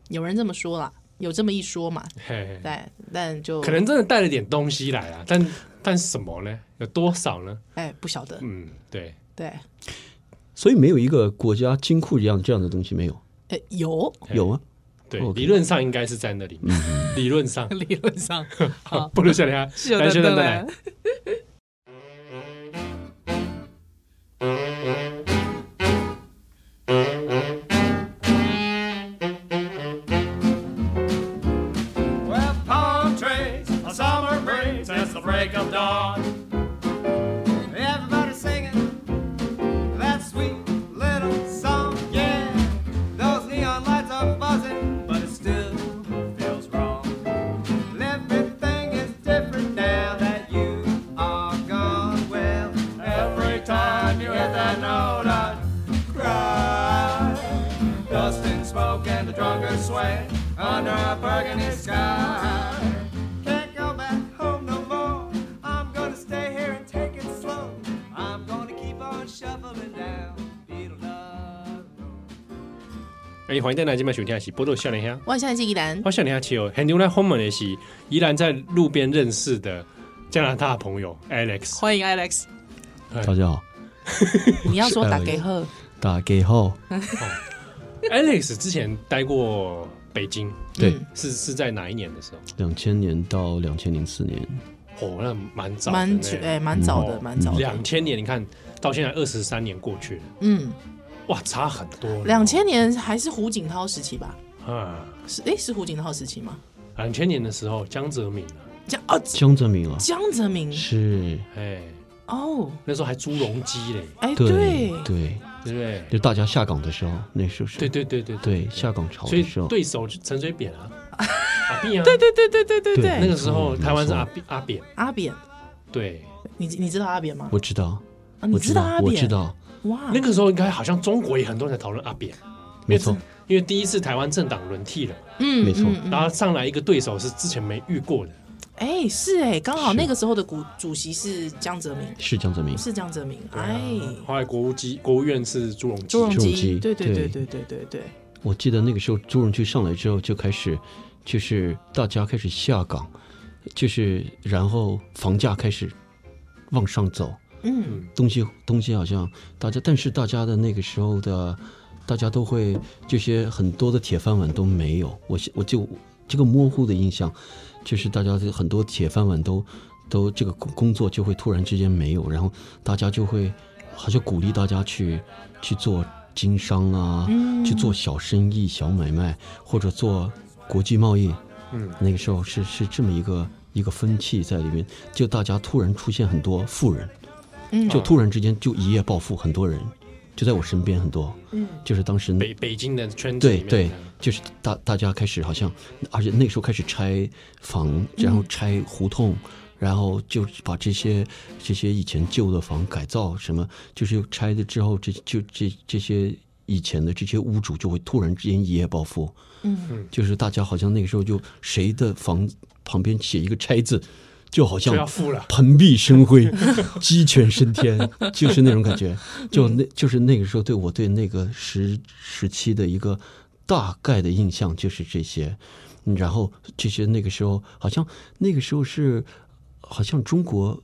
[SPEAKER 3] 有人这么说啦，有这么一说嘛，
[SPEAKER 2] 嘿
[SPEAKER 3] 但但就
[SPEAKER 2] 嗯可能真的带了点东西来啊，但但什么呢？有多少呢？
[SPEAKER 3] 哎不晓得，
[SPEAKER 2] 嗯，对，
[SPEAKER 3] 对，
[SPEAKER 4] 所以没有一个国家金库一样这样的东西没有，
[SPEAKER 3] 哎有
[SPEAKER 4] 有吗？
[SPEAKER 2] 对，
[SPEAKER 4] OK
[SPEAKER 2] 理论上应该是在那里，理论上
[SPEAKER 3] 理论上 好
[SPEAKER 2] 不能下来啊，
[SPEAKER 3] 是有
[SPEAKER 2] 来修
[SPEAKER 3] 的
[SPEAKER 2] 正再
[SPEAKER 3] 嘞
[SPEAKER 2] 来。
[SPEAKER 1] Well, palm trees, a summer breeze, it's the break of dawn. Everybody singing that sweet little song, yeah. Those neon lights are buzzing, but it still feels wrong. Everything is different now that you are gone. Well, every time you hit that note, I cry. Dust and smoke and the drunkard's sway under a burgundy sky. Can't go back home no more. I'm gonna stay here and take it slow. I'm gonna keep on shuffling down. Beatle Love Road.
[SPEAKER 2] 哎，欢迎再来，今晚收听的是波多笑脸香。
[SPEAKER 3] 万象是依然
[SPEAKER 2] 我想你下其哦，很牛来 home 的是依然在路边认识的加拿大朋友 Alex，
[SPEAKER 3] 欢迎 Alex，
[SPEAKER 4] 大家好，
[SPEAKER 3] 你要说打给贺，
[SPEAKER 4] 打给后，
[SPEAKER 2] Alex 之前待过北京，
[SPEAKER 4] 对，
[SPEAKER 2] 是是在哪一年的时候？
[SPEAKER 4] 两千年到两千零四年，
[SPEAKER 2] 哦，那蛮早的呢，
[SPEAKER 3] 蛮久哎，蛮早的，
[SPEAKER 2] 哦
[SPEAKER 3] 蛮早的，
[SPEAKER 2] 两千年，你看到现在二十三年过去了，
[SPEAKER 3] 嗯，
[SPEAKER 2] 哇，差很多了。
[SPEAKER 3] 两千年还是胡锦涛时期吧？
[SPEAKER 2] 啊，
[SPEAKER 3] 是哎，是胡锦涛时期吗？
[SPEAKER 2] 两千年的时候，江泽民啊，
[SPEAKER 3] 江哦，
[SPEAKER 4] 江泽民啊，
[SPEAKER 3] 江泽民
[SPEAKER 4] 是，
[SPEAKER 2] 哎，
[SPEAKER 3] 哦，
[SPEAKER 2] 那时候还猪笼鸡嘞，
[SPEAKER 3] 哎
[SPEAKER 4] 对
[SPEAKER 3] 对
[SPEAKER 4] 对，
[SPEAKER 2] 对不对？
[SPEAKER 4] 就大家下岗的时候，那时候是
[SPEAKER 2] 对对对对，
[SPEAKER 4] 对下岗潮
[SPEAKER 2] 所
[SPEAKER 4] 的
[SPEAKER 2] 以
[SPEAKER 4] 时候，
[SPEAKER 2] 对手就陈水扁啊，阿扁啊，对对，
[SPEAKER 3] 对对对对
[SPEAKER 4] 对
[SPEAKER 2] 那
[SPEAKER 3] 对，
[SPEAKER 2] 个时候
[SPEAKER 4] 没错
[SPEAKER 2] 台湾是阿扁阿扁，
[SPEAKER 3] 阿扁，
[SPEAKER 2] 对，
[SPEAKER 3] 你你知道阿扁吗？
[SPEAKER 4] 我知道，
[SPEAKER 3] 啊，你
[SPEAKER 4] 我知
[SPEAKER 3] 道阿
[SPEAKER 4] 我
[SPEAKER 3] 扁？
[SPEAKER 4] 知道，
[SPEAKER 3] 哇，
[SPEAKER 2] 那个时候应该好像中国也很多人在讨论阿扁，
[SPEAKER 4] 没错，
[SPEAKER 2] 因为第一次台湾政党轮替了，
[SPEAKER 3] 嗯
[SPEAKER 4] 没错
[SPEAKER 3] 嗯嗯
[SPEAKER 2] 然后上来一个对手是之前没遇过的，
[SPEAKER 3] 哎是哎，刚好
[SPEAKER 4] 是
[SPEAKER 3] 那个时候的股主席是江泽民，
[SPEAKER 4] 是江泽民，
[SPEAKER 3] 是江泽民，哎，
[SPEAKER 2] 后来国务机国务院是朱镕基
[SPEAKER 3] 朱，镕
[SPEAKER 4] 朱镕
[SPEAKER 3] 基，
[SPEAKER 4] 基
[SPEAKER 3] 对对对
[SPEAKER 4] 对
[SPEAKER 3] 对对对对，
[SPEAKER 4] 我记得那个时候朱镕基上来之后就开始，就是大家开始下岗，就是然后房价开始往上走，
[SPEAKER 3] 嗯
[SPEAKER 4] 东西东西好像大家，但是大家的那个时候的，大家都会这些很多的铁饭碗都没有，我现我就这个模糊的印象，就是大家的很多铁饭碗都都这个工工作就会突然之间没有，然后大家就会好像鼓励大家去去做经商啊，
[SPEAKER 3] 嗯
[SPEAKER 4] 去做小生意、小买卖，或者做国际贸易。
[SPEAKER 2] 嗯，
[SPEAKER 4] 那个时候是是这么一个一个风气在里面，就大家突然出现很多富人，
[SPEAKER 3] 嗯
[SPEAKER 4] 就突然之间就一夜暴富，很多人就在我身边，很多，
[SPEAKER 3] 嗯，
[SPEAKER 4] 就是当时
[SPEAKER 2] 北北京的圈子里
[SPEAKER 4] 对
[SPEAKER 2] 面
[SPEAKER 4] 对，就是大大家开始好像，而且那时候开始拆房，然后拆胡同。然后就把这些这些以前旧的房改造什么，就是又拆了之后，这就这这些以前的这些屋主就会突然之间一夜暴富。
[SPEAKER 3] 嗯，
[SPEAKER 4] 就是大家好像那个时候就谁的房旁边写一个“拆”字，就好像
[SPEAKER 2] 就要富了，
[SPEAKER 4] 蓬荜生辉， 鸡犬升天，就是那种感觉。就那，就是那个时候对我对那个时时期的一个大概的印象就是这些。嗯然后这些那个时候好像那个时候是好像中国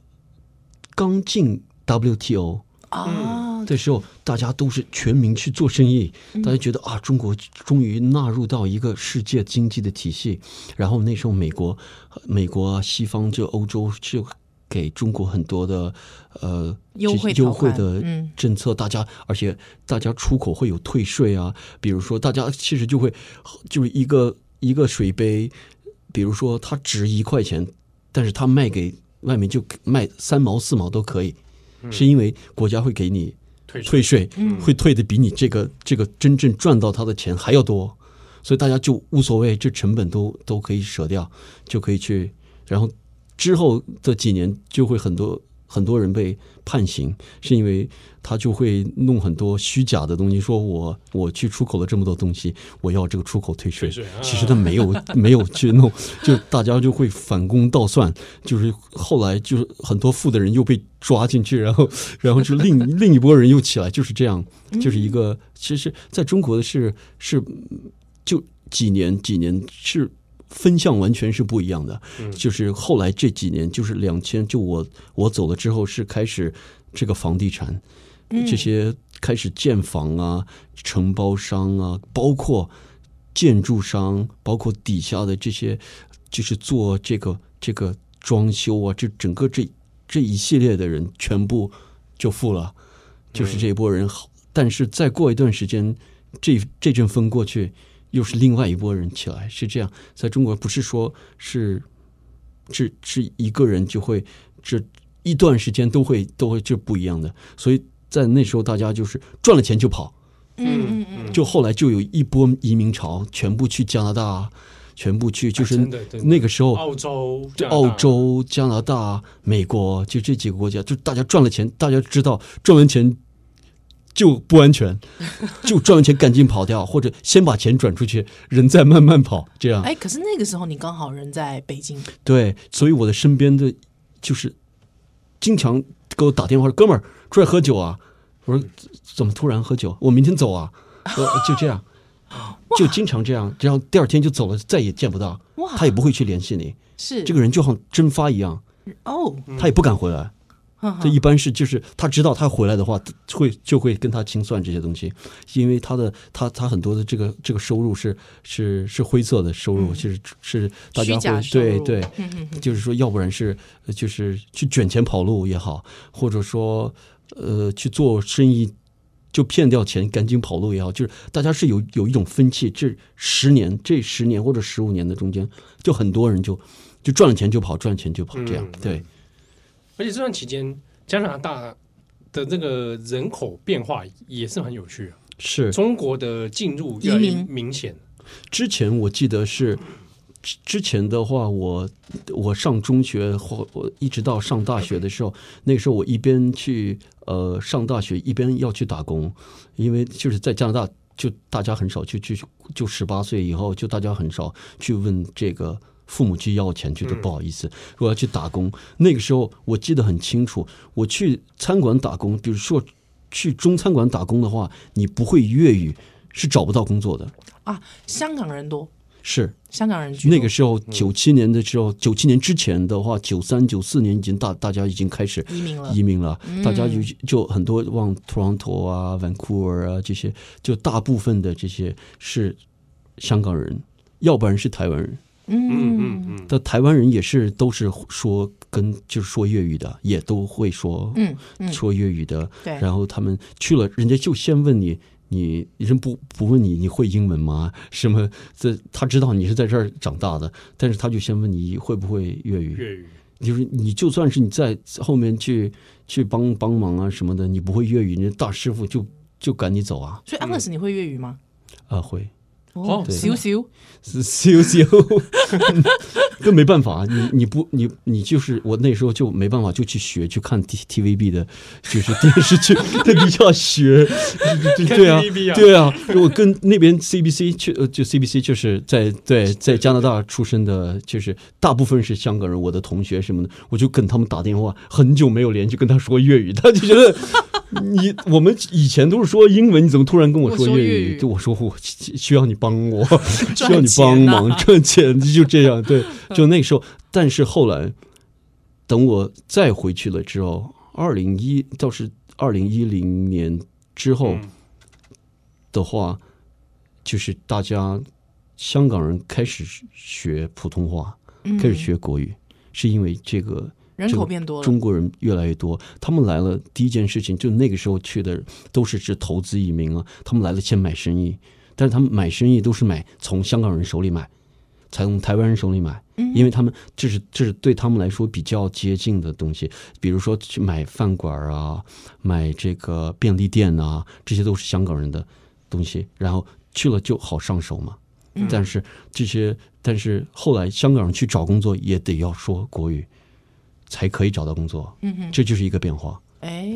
[SPEAKER 4] 刚进 WTO
[SPEAKER 3] 啊，
[SPEAKER 4] 的时候，大家都是全民去做生意，
[SPEAKER 3] 嗯
[SPEAKER 4] 大家觉得啊，中国终于纳入到一个世界经济的体系。然后那时候美国、美国啊、西方就欧洲就给中国很多的呃
[SPEAKER 3] 优惠
[SPEAKER 4] 这优
[SPEAKER 3] 条款
[SPEAKER 4] 惠的
[SPEAKER 3] 嗯
[SPEAKER 4] 政策，大家而且大家出口会有退税啊，比如说大家其实就会就是一个一个水杯，比如说它值一块钱，但是它卖给外面就卖三毛四毛都可以，是因为国家会给你
[SPEAKER 2] 退
[SPEAKER 4] 退税，会退的比你这个这个真正赚到他的钱还要多，所以大家就无所谓，这成本都都可以舍掉，就可以去，然后之后的几年就会很多很多人被判刑，是因为他就会弄很多虚假的东西，说我我去出口了这么多东西，我要这个出口退税，
[SPEAKER 2] 退税啊
[SPEAKER 4] 其实他没有 没有去弄，就大家就会反攻倒算，就是后来就是很多富的人又被抓进去，然后然后就另另一波人又起来，就是这样，就是一个其实在中国的是是就几年几年是分项完全是不一样的，就是后来这几年就是两千，就我我走了之后是开始这个房地产，这些开始建房啊、承包商啊，包括建筑商，包括底下的这些，就是做这个这个装修啊，这整个这这一系列的人全部就富了，
[SPEAKER 2] 嗯
[SPEAKER 4] 就是这一波人好。但是再过一段时间，这这阵风过去，又是另外一波人起来，是这样。在中国不是说是这这一个人就会这一段时间都会都会就不一样的，所以在那时候大家就是赚了钱就跑，
[SPEAKER 3] 嗯嗯嗯，
[SPEAKER 4] 就后来就有一波移民潮，全部去加拿大，啊全部去就是
[SPEAKER 2] 啊真的真的
[SPEAKER 4] 那个时候
[SPEAKER 2] 澳洲、
[SPEAKER 4] 就
[SPEAKER 2] 加拿大
[SPEAKER 4] 澳洲、加拿大、美国，就这几个国家，就大家赚了钱，大家知道赚完钱就不安全， 就赚完钱赶紧跑掉，或者先把钱转出去，人再慢慢跑，这样。
[SPEAKER 3] 哎，可是那个时候你刚好人在北京，
[SPEAKER 4] 对，所以我的身边的就是经常给我打电话说：“哥们儿，出来喝酒啊！”我说：“怎么突然喝酒？我明天走啊！”呃，就 这样，就经常这样，然后第二天就走了，再也见不到
[SPEAKER 3] 哇，
[SPEAKER 4] 他也不会去联系你。
[SPEAKER 3] 是
[SPEAKER 4] 这个人就好像蒸发一样，
[SPEAKER 3] 哦，
[SPEAKER 4] 他也不敢回来。
[SPEAKER 3] 哼
[SPEAKER 4] 这
[SPEAKER 3] 哼
[SPEAKER 4] 一般是就是他知道他回来的话，会就会跟他清算这些东西，因为他的他他很多的这个这个收入是是是灰色的收入，是是大
[SPEAKER 3] 嗯
[SPEAKER 4] 家
[SPEAKER 3] 虚假
[SPEAKER 4] 会
[SPEAKER 3] 收
[SPEAKER 4] 对
[SPEAKER 3] 入
[SPEAKER 4] 对
[SPEAKER 3] 嗯嗯，
[SPEAKER 4] 就是说要不然是呃就是去卷钱跑路也好，或者说呃去做生意。就骗掉钱，赶紧跑路也好，就是大家是有有一种分歧。这十年，这十年或者十五年的中间，就很多人就就赚了钱就跑，赚了钱就跑，这样、
[SPEAKER 2] 嗯
[SPEAKER 4] 对。
[SPEAKER 2] 而且这段期间，加拿大的那个人口变化也是很有趣的。
[SPEAKER 4] 是
[SPEAKER 2] 中国的进入越来
[SPEAKER 3] 移
[SPEAKER 2] 越
[SPEAKER 3] 民
[SPEAKER 2] 明显，
[SPEAKER 4] 之前我记得是，之之前的话我，我上中学或我一直到上大学的时候，那个时候我一边去呃上大学，一边要去打工，因为就是在加拿大，就大家很少去去就十八岁以后，就大家很少去问这个。父母去要钱，觉得不好意思。我要去打工，那个时候我记得很清楚，我去餐馆打工，比如说去中餐馆打工的话，你不会粤语是找不到工作的。
[SPEAKER 3] 啊，香港人多，
[SPEAKER 4] 是，
[SPEAKER 3] 香港人居多
[SPEAKER 4] 那个时候九七年的时候，九七年之前的话，九三九四年已经大大家已经开始
[SPEAKER 3] 移民了
[SPEAKER 4] 移民了，大家就就很多往 Toronto 啊、Vancouver 啊这些，就大部分的这些是香港人，要不然是台湾人。
[SPEAKER 2] 嗯嗯嗯，
[SPEAKER 4] 但台湾人也是都是说跟就是说粤语的，也都会说
[SPEAKER 3] 嗯嗯
[SPEAKER 4] 说粤语的。
[SPEAKER 3] 对
[SPEAKER 4] 然后他们去了，人家就先问你。你人不不问你你会英文吗？什么？这他知道你是在这儿长大的，但是他就先问你会不会粤语。
[SPEAKER 2] 粤语
[SPEAKER 4] 就是你就算是你在后面去去帮帮忙啊什么的，你不会粤语，人家大师傅就就赶你走啊
[SPEAKER 3] 所以 Alex，你会粤语吗？
[SPEAKER 4] 啊会。
[SPEAKER 2] 哦对
[SPEAKER 3] 少少，
[SPEAKER 4] 羞 羞，这没办法，你你不你你就是我那时候就没办法，就去学去看 T T V B 的，就是电视剧，那你要学，对啊
[SPEAKER 2] TVB 啊
[SPEAKER 4] 对啊，我跟那边 C B C 去呃就 C B C 就是在在在加拿大出生的，就是大部分是香港人，我的同学什么的，我就跟他们打电话，很久没有联系，跟他说粤语，他就觉得。你我们以前都是说英文，你怎么突然跟我
[SPEAKER 3] 我
[SPEAKER 4] 说
[SPEAKER 3] 说
[SPEAKER 4] 粤
[SPEAKER 3] 粤
[SPEAKER 4] 语？
[SPEAKER 3] 语
[SPEAKER 4] 就我说我需需要你帮我，需要
[SPEAKER 3] 赚
[SPEAKER 4] 你
[SPEAKER 3] 钱
[SPEAKER 4] 帮
[SPEAKER 3] 啊
[SPEAKER 4] 忙赚钱，就这样。对，就那时候，但是后来，等我再回去了之后，二零一倒是二零一零年之后
[SPEAKER 2] 嗯
[SPEAKER 4] 的话，就是大家香港人开始学普通话，
[SPEAKER 3] 嗯
[SPEAKER 4] 开始学国语，是因为这个
[SPEAKER 3] 人
[SPEAKER 4] 这
[SPEAKER 3] 口
[SPEAKER 4] 个
[SPEAKER 3] 变多了
[SPEAKER 4] 中，国人越来越多，他们来了第一件事情就那个时候去的都是是投资移民啊，他们来了先买生意，但是他们买生意都是买从香港人手里买，才从台湾人手里买，
[SPEAKER 3] 嗯
[SPEAKER 4] 因为他们这是这是对他们来说比较接近的东西。比如说去买饭馆啊，买这个便利店啊，这些都是香港人的东西，然后去了就好上手嘛。
[SPEAKER 3] 嗯
[SPEAKER 4] 但是这些，但是后来香港人去找工作也得要说国语，才可以找到工作。嗯哼，这就是一个变化。
[SPEAKER 3] 哎，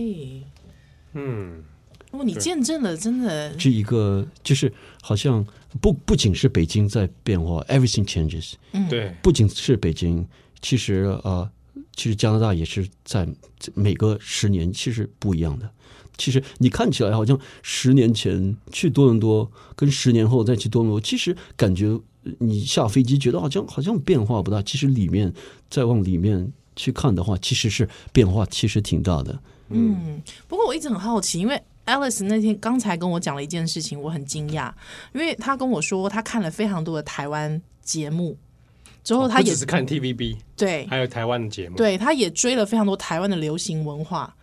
[SPEAKER 2] 嗯，
[SPEAKER 3] 哦，你见证了，真的，
[SPEAKER 4] 这一个就是好像不不仅是北京在变化，everything changes。
[SPEAKER 3] 嗯
[SPEAKER 2] 对，
[SPEAKER 4] 不仅是北京，其实呃，其实加拿大也是在每个十年其实不一样的。其实你看起来好像十年前去多伦多跟十年后再去多伦多，其实感觉呃你下飞机觉得好像好像变化不大，其实里面再往里面去看的话，其实是变化其实挺大的。
[SPEAKER 3] 不过我一直很好奇，因为 Alice 那天刚才跟我讲了一件事情，我很惊讶，因为她跟我说她看了非常多的台湾节目，之后
[SPEAKER 2] 哦
[SPEAKER 3] 她
[SPEAKER 2] 不
[SPEAKER 3] 哦也、
[SPEAKER 2] 只是看 TVB，
[SPEAKER 3] 对
[SPEAKER 2] 还有台湾的节目，
[SPEAKER 3] 对，她也追了非常多台湾的流行文化。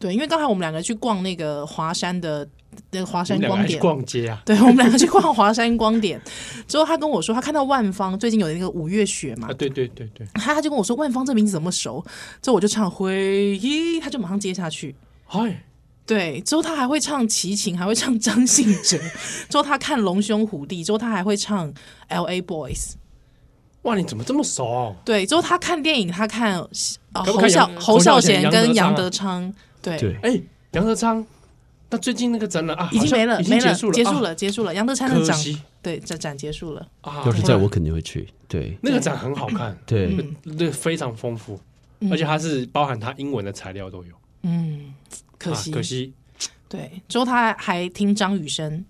[SPEAKER 3] 对，因为刚才我们两个去逛那个华山的那个华
[SPEAKER 2] 我
[SPEAKER 3] 山
[SPEAKER 2] 们两个
[SPEAKER 3] 光
[SPEAKER 2] 还去
[SPEAKER 3] 点，
[SPEAKER 2] 逛街啊，
[SPEAKER 3] 对我们两个去逛华山光点之后，他跟我说他看到万芳最近有那个五月雪嘛
[SPEAKER 2] 啊，，对对对对，
[SPEAKER 3] 他他就跟我说万芳这名字怎么熟，之后我就唱回忆，他就马上接下去。
[SPEAKER 2] 哎，
[SPEAKER 3] 对，之后他还会唱齐秦，还会唱张信哲。 之后他看《龙兄虎弟》，之后他还会唱《L A Boys》。
[SPEAKER 2] 哇，你怎么这么熟、啊
[SPEAKER 3] 对，之后他看电影，他看呃
[SPEAKER 2] 可不
[SPEAKER 3] 侯
[SPEAKER 2] 可以
[SPEAKER 3] 孝
[SPEAKER 2] 杨
[SPEAKER 3] 侯孝贤
[SPEAKER 2] 侯孝贤
[SPEAKER 3] 跟杨
[SPEAKER 2] 杨
[SPEAKER 3] 德
[SPEAKER 2] 德啊
[SPEAKER 3] 昌。对，
[SPEAKER 4] 对，
[SPEAKER 2] 哎，杨德昌，那最近那个展览啊，
[SPEAKER 3] 已经
[SPEAKER 2] 好像
[SPEAKER 3] 没了，
[SPEAKER 2] 已
[SPEAKER 3] 没
[SPEAKER 2] 经结
[SPEAKER 3] 了，
[SPEAKER 2] 束了，
[SPEAKER 3] 结束
[SPEAKER 2] 啊
[SPEAKER 3] 了，结束了。杨德昌的
[SPEAKER 2] 可
[SPEAKER 3] 展
[SPEAKER 2] 惜
[SPEAKER 3] 对这展结束了。
[SPEAKER 2] 啊！
[SPEAKER 4] 要是在
[SPEAKER 2] 天
[SPEAKER 4] 我
[SPEAKER 2] 啊
[SPEAKER 4] 肯定会去。对
[SPEAKER 2] 那个展很好看，嗯
[SPEAKER 4] 对，
[SPEAKER 2] 那非常丰富，而且它是包含它英文的材料都有，
[SPEAKER 3] 嗯，可
[SPEAKER 2] 啊
[SPEAKER 3] 惜，
[SPEAKER 2] 可惜，
[SPEAKER 3] 对，之后他还听张雨生。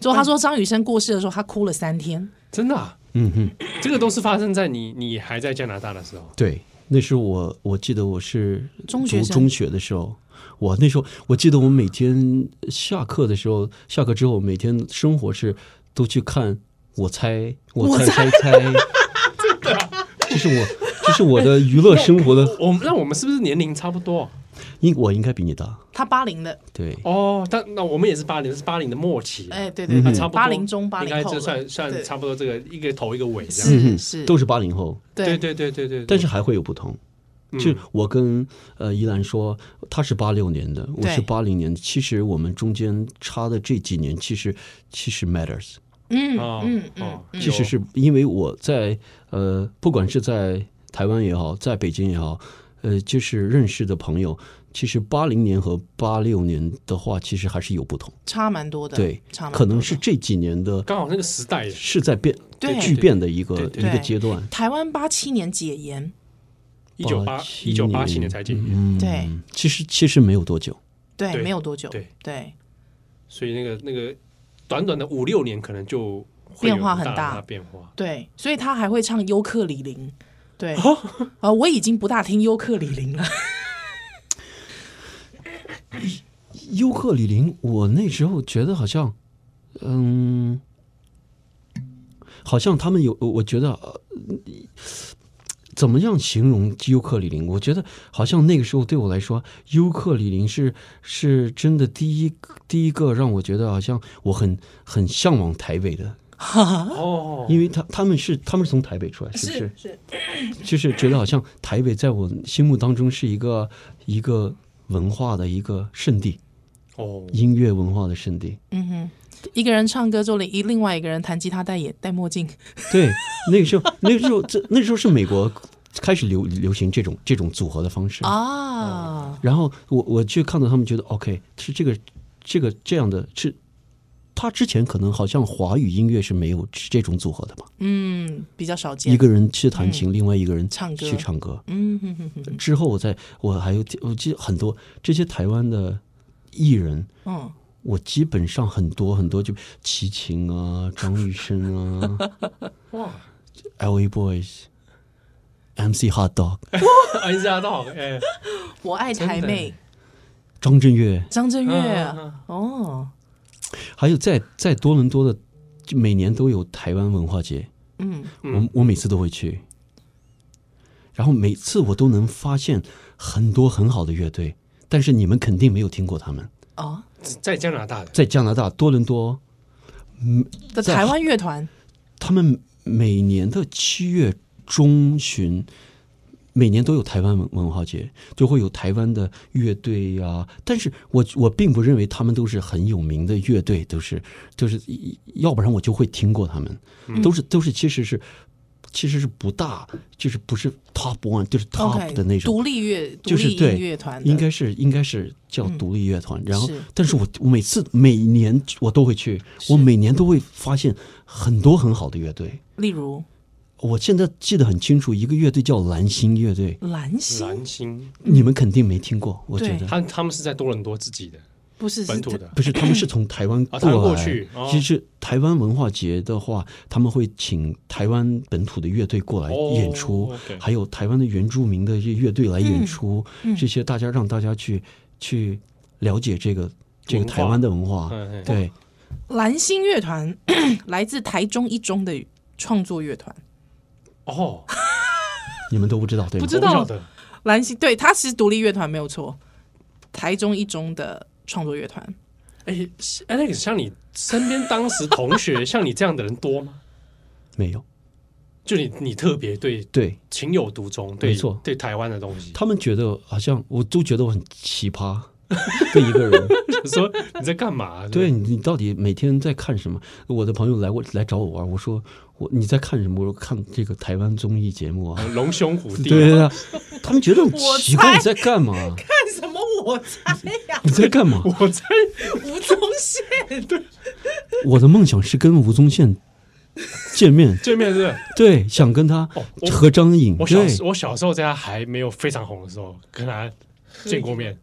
[SPEAKER 3] 之后他说张雨生过世的时候，他哭了三天。
[SPEAKER 2] 真的啊，
[SPEAKER 4] 嗯哼。
[SPEAKER 2] 这个都是发生在你你还在加拿大的时候，
[SPEAKER 4] 对，那是我我记得我是
[SPEAKER 3] 中
[SPEAKER 4] 读
[SPEAKER 3] 学生
[SPEAKER 4] 中学的时候，我那时候我记得我每天下课的时候，下课之后每天生活是都去看，我猜我猜猜 猜，
[SPEAKER 3] 啊
[SPEAKER 4] 这是我这是我的娱乐生活的，
[SPEAKER 2] 我那我们是不是年龄差不多？
[SPEAKER 4] 应我应该比你大，
[SPEAKER 3] 他八零的，
[SPEAKER 4] 对，
[SPEAKER 2] 哦，但那我们也是八零，是八零的末期，
[SPEAKER 3] 哎，对
[SPEAKER 4] 嗯
[SPEAKER 3] 对
[SPEAKER 2] 啊
[SPEAKER 3] 对，
[SPEAKER 2] 差不多
[SPEAKER 3] 八零中八
[SPEAKER 2] 应
[SPEAKER 3] 零
[SPEAKER 2] 该
[SPEAKER 3] 后
[SPEAKER 2] 就
[SPEAKER 3] 了，
[SPEAKER 2] 算算
[SPEAKER 3] 对
[SPEAKER 2] 差不多这个一个头一个尾这样。
[SPEAKER 3] 是是，
[SPEAKER 4] 嗯都是八零后，
[SPEAKER 2] 对对对对对，
[SPEAKER 4] 但是还会有不同。就我跟呃依兰说，她是八六年的，我
[SPEAKER 3] 对
[SPEAKER 4] 是八零年的。其实我们中间差的这几年，其实其实 matters。
[SPEAKER 3] 嗯
[SPEAKER 2] 嗯
[SPEAKER 3] 嗯嗯嗯，
[SPEAKER 4] 其实是因为我在呃，不管是在台湾也好，在北京也好，呃，就是认识的朋友，其实八零年和八六年的话，其实还是有不同。
[SPEAKER 3] 差蛮多的，
[SPEAKER 4] 对
[SPEAKER 3] 差，蛮多的
[SPEAKER 4] 可能是这几年的
[SPEAKER 2] 刚好那个时代耶，
[SPEAKER 4] 是在变
[SPEAKER 3] 对
[SPEAKER 4] 巨变的一个
[SPEAKER 2] 对
[SPEAKER 4] 一
[SPEAKER 2] 对
[SPEAKER 3] 对
[SPEAKER 4] 个阶段。
[SPEAKER 3] 台湾八七年解严，
[SPEAKER 2] 一九八一九八七年才解约，
[SPEAKER 4] 嗯，
[SPEAKER 3] 对，
[SPEAKER 4] 其实其实没有多久。
[SPEAKER 3] 对，
[SPEAKER 2] 对
[SPEAKER 3] 没有多久，
[SPEAKER 2] 对
[SPEAKER 3] 对
[SPEAKER 2] 所以那个那个短短的五六年，可能就会有
[SPEAKER 3] 变化很大
[SPEAKER 2] 大的变化。
[SPEAKER 3] 对所以他还会唱尤克里林，对，
[SPEAKER 4] 哦
[SPEAKER 3] 呃，我已经不大听尤克里林了，
[SPEAKER 4] 尤克里林，我那时候觉得好像，嗯，好像他们有，我我觉得、呃、怎么样形容尤克里林？我觉得好像那个时候对我来说，尤克里林是是真的第一个第一个让我觉得好像我很很向往台北的，
[SPEAKER 2] 哦，
[SPEAKER 4] 因为他他们是他们是从台北出来，是不是？
[SPEAKER 3] 是，
[SPEAKER 4] 就是觉得好像台北在我心目当中是一个一个文化的一个圣地，
[SPEAKER 2] 哦，
[SPEAKER 4] 音乐文化的圣地。
[SPEAKER 3] 嗯哼，一个人唱歌，之后另另外一个人弹吉他，戴眼戴墨镜，
[SPEAKER 4] 对，那个时候，那个时候，这那个时候是美国开始流流行这种这种组合的方
[SPEAKER 3] 哦
[SPEAKER 4] 式。
[SPEAKER 3] 啊，
[SPEAKER 4] 然后我我去看到他们，觉得 OK 是这个这个这样的，是他之前可能好像华语音乐是没有这种组合的嘛，
[SPEAKER 3] 嗯，比较少见，
[SPEAKER 4] 一个人去弹琴，另外一个人
[SPEAKER 3] 唱歌
[SPEAKER 4] 去唱歌。
[SPEAKER 3] 嗯哼哼哼哼，
[SPEAKER 4] 之后我在我还有我记得很多这些台湾的艺人，
[SPEAKER 3] 嗯，
[SPEAKER 4] 我基本上很多很多就齐秦啊、张雨生啊。
[SPEAKER 2] 哇，
[SPEAKER 4] L A Boys、M C Hot Dog、
[SPEAKER 2] 哎吓到，哎，
[SPEAKER 3] 我爱台妹，
[SPEAKER 4] 张震岳，
[SPEAKER 3] 张震岳
[SPEAKER 2] 嗯嗯，
[SPEAKER 3] 哦，
[SPEAKER 4] 还有在在多伦多的，就每年都有台湾文化节，
[SPEAKER 3] 嗯，
[SPEAKER 4] 我我每次都会去，然后每次我都能发现很多很好的乐队，但是你们肯定没有听过他们，
[SPEAKER 3] 哦
[SPEAKER 2] 在加拿大的
[SPEAKER 4] 在加拿大多伦多，
[SPEAKER 3] 的
[SPEAKER 4] 在
[SPEAKER 3] 台湾乐团，
[SPEAKER 4] 他们每年的七月中旬，每年都有台湾文文化节，就会有台湾的乐队呀、但是我我并不认为他们都是很有名的乐队，都是就是，要不然我就会听过他
[SPEAKER 3] 嗯
[SPEAKER 4] 们，都是都是其实是其实是不大，就是不是 top one，就是 top
[SPEAKER 3] OK
[SPEAKER 4] 的那种。
[SPEAKER 3] 独立乐，独
[SPEAKER 4] 就是
[SPEAKER 3] 立
[SPEAKER 4] 对
[SPEAKER 3] 音乐团的
[SPEAKER 4] 应该是应该是叫独立乐团。然后
[SPEAKER 3] 嗯是，
[SPEAKER 4] 但是我我每次每年我都会去，
[SPEAKER 3] 是
[SPEAKER 4] 我每年都会发现很多很好的乐队。
[SPEAKER 3] 例如
[SPEAKER 4] 我现在记得很清楚，一个乐队叫蓝星乐队，
[SPEAKER 3] 蓝星，
[SPEAKER 2] 蓝星，
[SPEAKER 4] 你们肯定没听
[SPEAKER 2] 嗯
[SPEAKER 4] 过，我觉
[SPEAKER 3] 对
[SPEAKER 4] 得。
[SPEAKER 2] 他他们是在多伦多自己的
[SPEAKER 3] 不是是
[SPEAKER 2] 本土的，
[SPEAKER 4] 不是，他们是从台湾过
[SPEAKER 2] 啊
[SPEAKER 4] 来。
[SPEAKER 2] 台湾过去哦
[SPEAKER 4] 其实台湾文化节的话，他们会请台湾本土的乐队过来
[SPEAKER 2] 哦
[SPEAKER 4] 演出，
[SPEAKER 2] OK 嗯
[SPEAKER 4] 还有台湾的原住民的这乐队来演出，这些大家让大家去去了解这个这个
[SPEAKER 2] 文化
[SPEAKER 4] 台湾的文化。
[SPEAKER 2] 嗯嗯
[SPEAKER 4] 对，
[SPEAKER 3] 蓝星乐团 来自台中一中的创作乐团。
[SPEAKER 2] 哦，
[SPEAKER 4] 你们都不知道对吗？
[SPEAKER 3] 不知
[SPEAKER 2] 我
[SPEAKER 3] 道
[SPEAKER 2] 晓得
[SPEAKER 3] 蓝星对，它是独立乐团没有错，台中一中的创作乐团。
[SPEAKER 2] 哎是，Alex，像你身边当时同 学像你这样的人多吗？
[SPEAKER 4] 没有。
[SPEAKER 2] 就你你特别对
[SPEAKER 4] 对
[SPEAKER 2] 情有独钟，对
[SPEAKER 4] 没错
[SPEAKER 2] 对台湾的东西，
[SPEAKER 4] 他们觉得好像我都觉得我很奇 葩的一个人。
[SPEAKER 2] 说你在干嘛？
[SPEAKER 4] 对你，你到底每天在看什么？我的朋友来我来找我玩，我说我你在看什么？我说看这个台湾综艺节目啊。
[SPEAKER 2] 龙兄虎弟，
[SPEAKER 4] 对啊，他们觉得很
[SPEAKER 3] 我
[SPEAKER 4] 奇
[SPEAKER 3] 猜
[SPEAKER 4] 怪，你在干嘛？
[SPEAKER 3] 干什么？我猜呀、
[SPEAKER 4] 你在干嘛？
[SPEAKER 2] 我在
[SPEAKER 3] 吴宗宪。对，
[SPEAKER 4] 我的梦想是跟吴宗宪见面，
[SPEAKER 2] 见面是不是。
[SPEAKER 4] 对，想跟他
[SPEAKER 2] 哦我
[SPEAKER 4] 和张颖，
[SPEAKER 2] 我小
[SPEAKER 4] 对，
[SPEAKER 2] 我小时候在他还没有非常红的时候，跟他见过 面。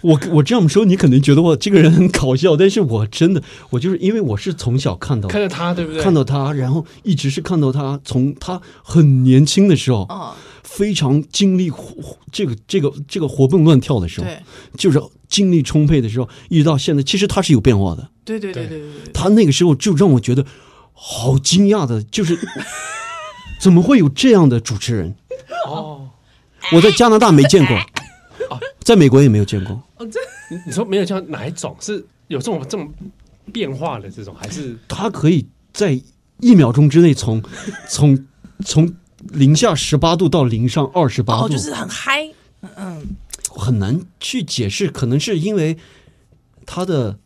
[SPEAKER 4] 我我这样说，你可能觉得我这个人很搞笑，但是我真的，我就是因为我是从小看到
[SPEAKER 2] 看着他，对不对？
[SPEAKER 4] 看到他，然后一直是看到他从他很年轻的时候，
[SPEAKER 3] 哦，
[SPEAKER 4] 非常精力活这个这个这个活蹦乱跳的时候，
[SPEAKER 3] 对，
[SPEAKER 4] 就是精力充沛的时候，一直到现在，其实他是有变化的。
[SPEAKER 3] 对对对
[SPEAKER 2] 对
[SPEAKER 3] 对对对，
[SPEAKER 4] 他那个时候就让我觉得好惊讶的，就是 怎么会有这样的主持人？
[SPEAKER 2] 哦，
[SPEAKER 4] 我在加拿大没见过，在美国也没有见过。
[SPEAKER 3] 哦，这
[SPEAKER 2] 你你说没有像哪一种是有这种这种变化的这种，还是
[SPEAKER 4] 他可以在一秒钟之内从从从零下十八度到零上二十八度，
[SPEAKER 3] 哦就是很嗨，嗯嗯，
[SPEAKER 4] 很难去解释，可能是因为他的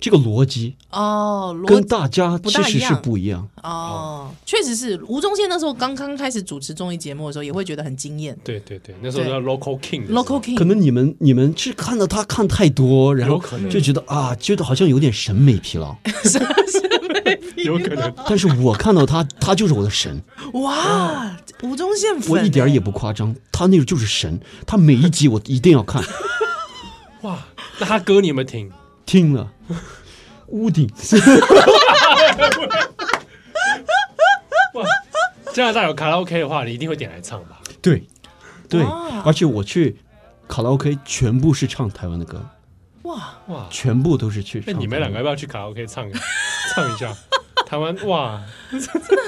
[SPEAKER 4] 这个逻辑
[SPEAKER 3] 哦，逻
[SPEAKER 4] 跟
[SPEAKER 3] 辑
[SPEAKER 4] 大家
[SPEAKER 3] 不
[SPEAKER 4] 其
[SPEAKER 3] 大
[SPEAKER 4] 实
[SPEAKER 3] 一
[SPEAKER 4] 是
[SPEAKER 3] 样
[SPEAKER 4] 不一样。
[SPEAKER 3] 哦，确实是吴宗宪那时候刚刚开始主持综艺节目的时候，也会觉得很惊艳。
[SPEAKER 2] 对对对，那时候
[SPEAKER 3] 对
[SPEAKER 2] 叫 local king 的时候
[SPEAKER 3] Local
[SPEAKER 4] 可
[SPEAKER 3] King
[SPEAKER 4] 能你们你们是看到他看太多，然
[SPEAKER 2] 有
[SPEAKER 4] 后
[SPEAKER 2] 可能
[SPEAKER 4] 就觉得啊，觉得好像有点审美 疲劳。
[SPEAKER 3] 是是
[SPEAKER 2] 有可 能
[SPEAKER 4] 但是我看到他，他就是我的神，
[SPEAKER 3] 哇，吴宗宪粉
[SPEAKER 4] 我一点儿也
[SPEAKER 3] 欸
[SPEAKER 4] 不夸张，他那个就是神，他每一集我一定要 看，
[SPEAKER 2] 哇。那他歌你有没有听？
[SPEAKER 4] 听了。屋顶，
[SPEAKER 2] 哇，加拿大有卡拉 OK 的话，你一定会点来唱吧？
[SPEAKER 4] 对，对
[SPEAKER 3] 哇，
[SPEAKER 4] 而且我去卡拉 OK 全部是唱台湾的歌，
[SPEAKER 3] 哇，
[SPEAKER 2] 哇，
[SPEAKER 4] 全部都是去
[SPEAKER 2] 那
[SPEAKER 4] 唱台湾的歌。
[SPEAKER 2] 你们两个要不要去卡拉 OK 唱唱一 下？台湾哇，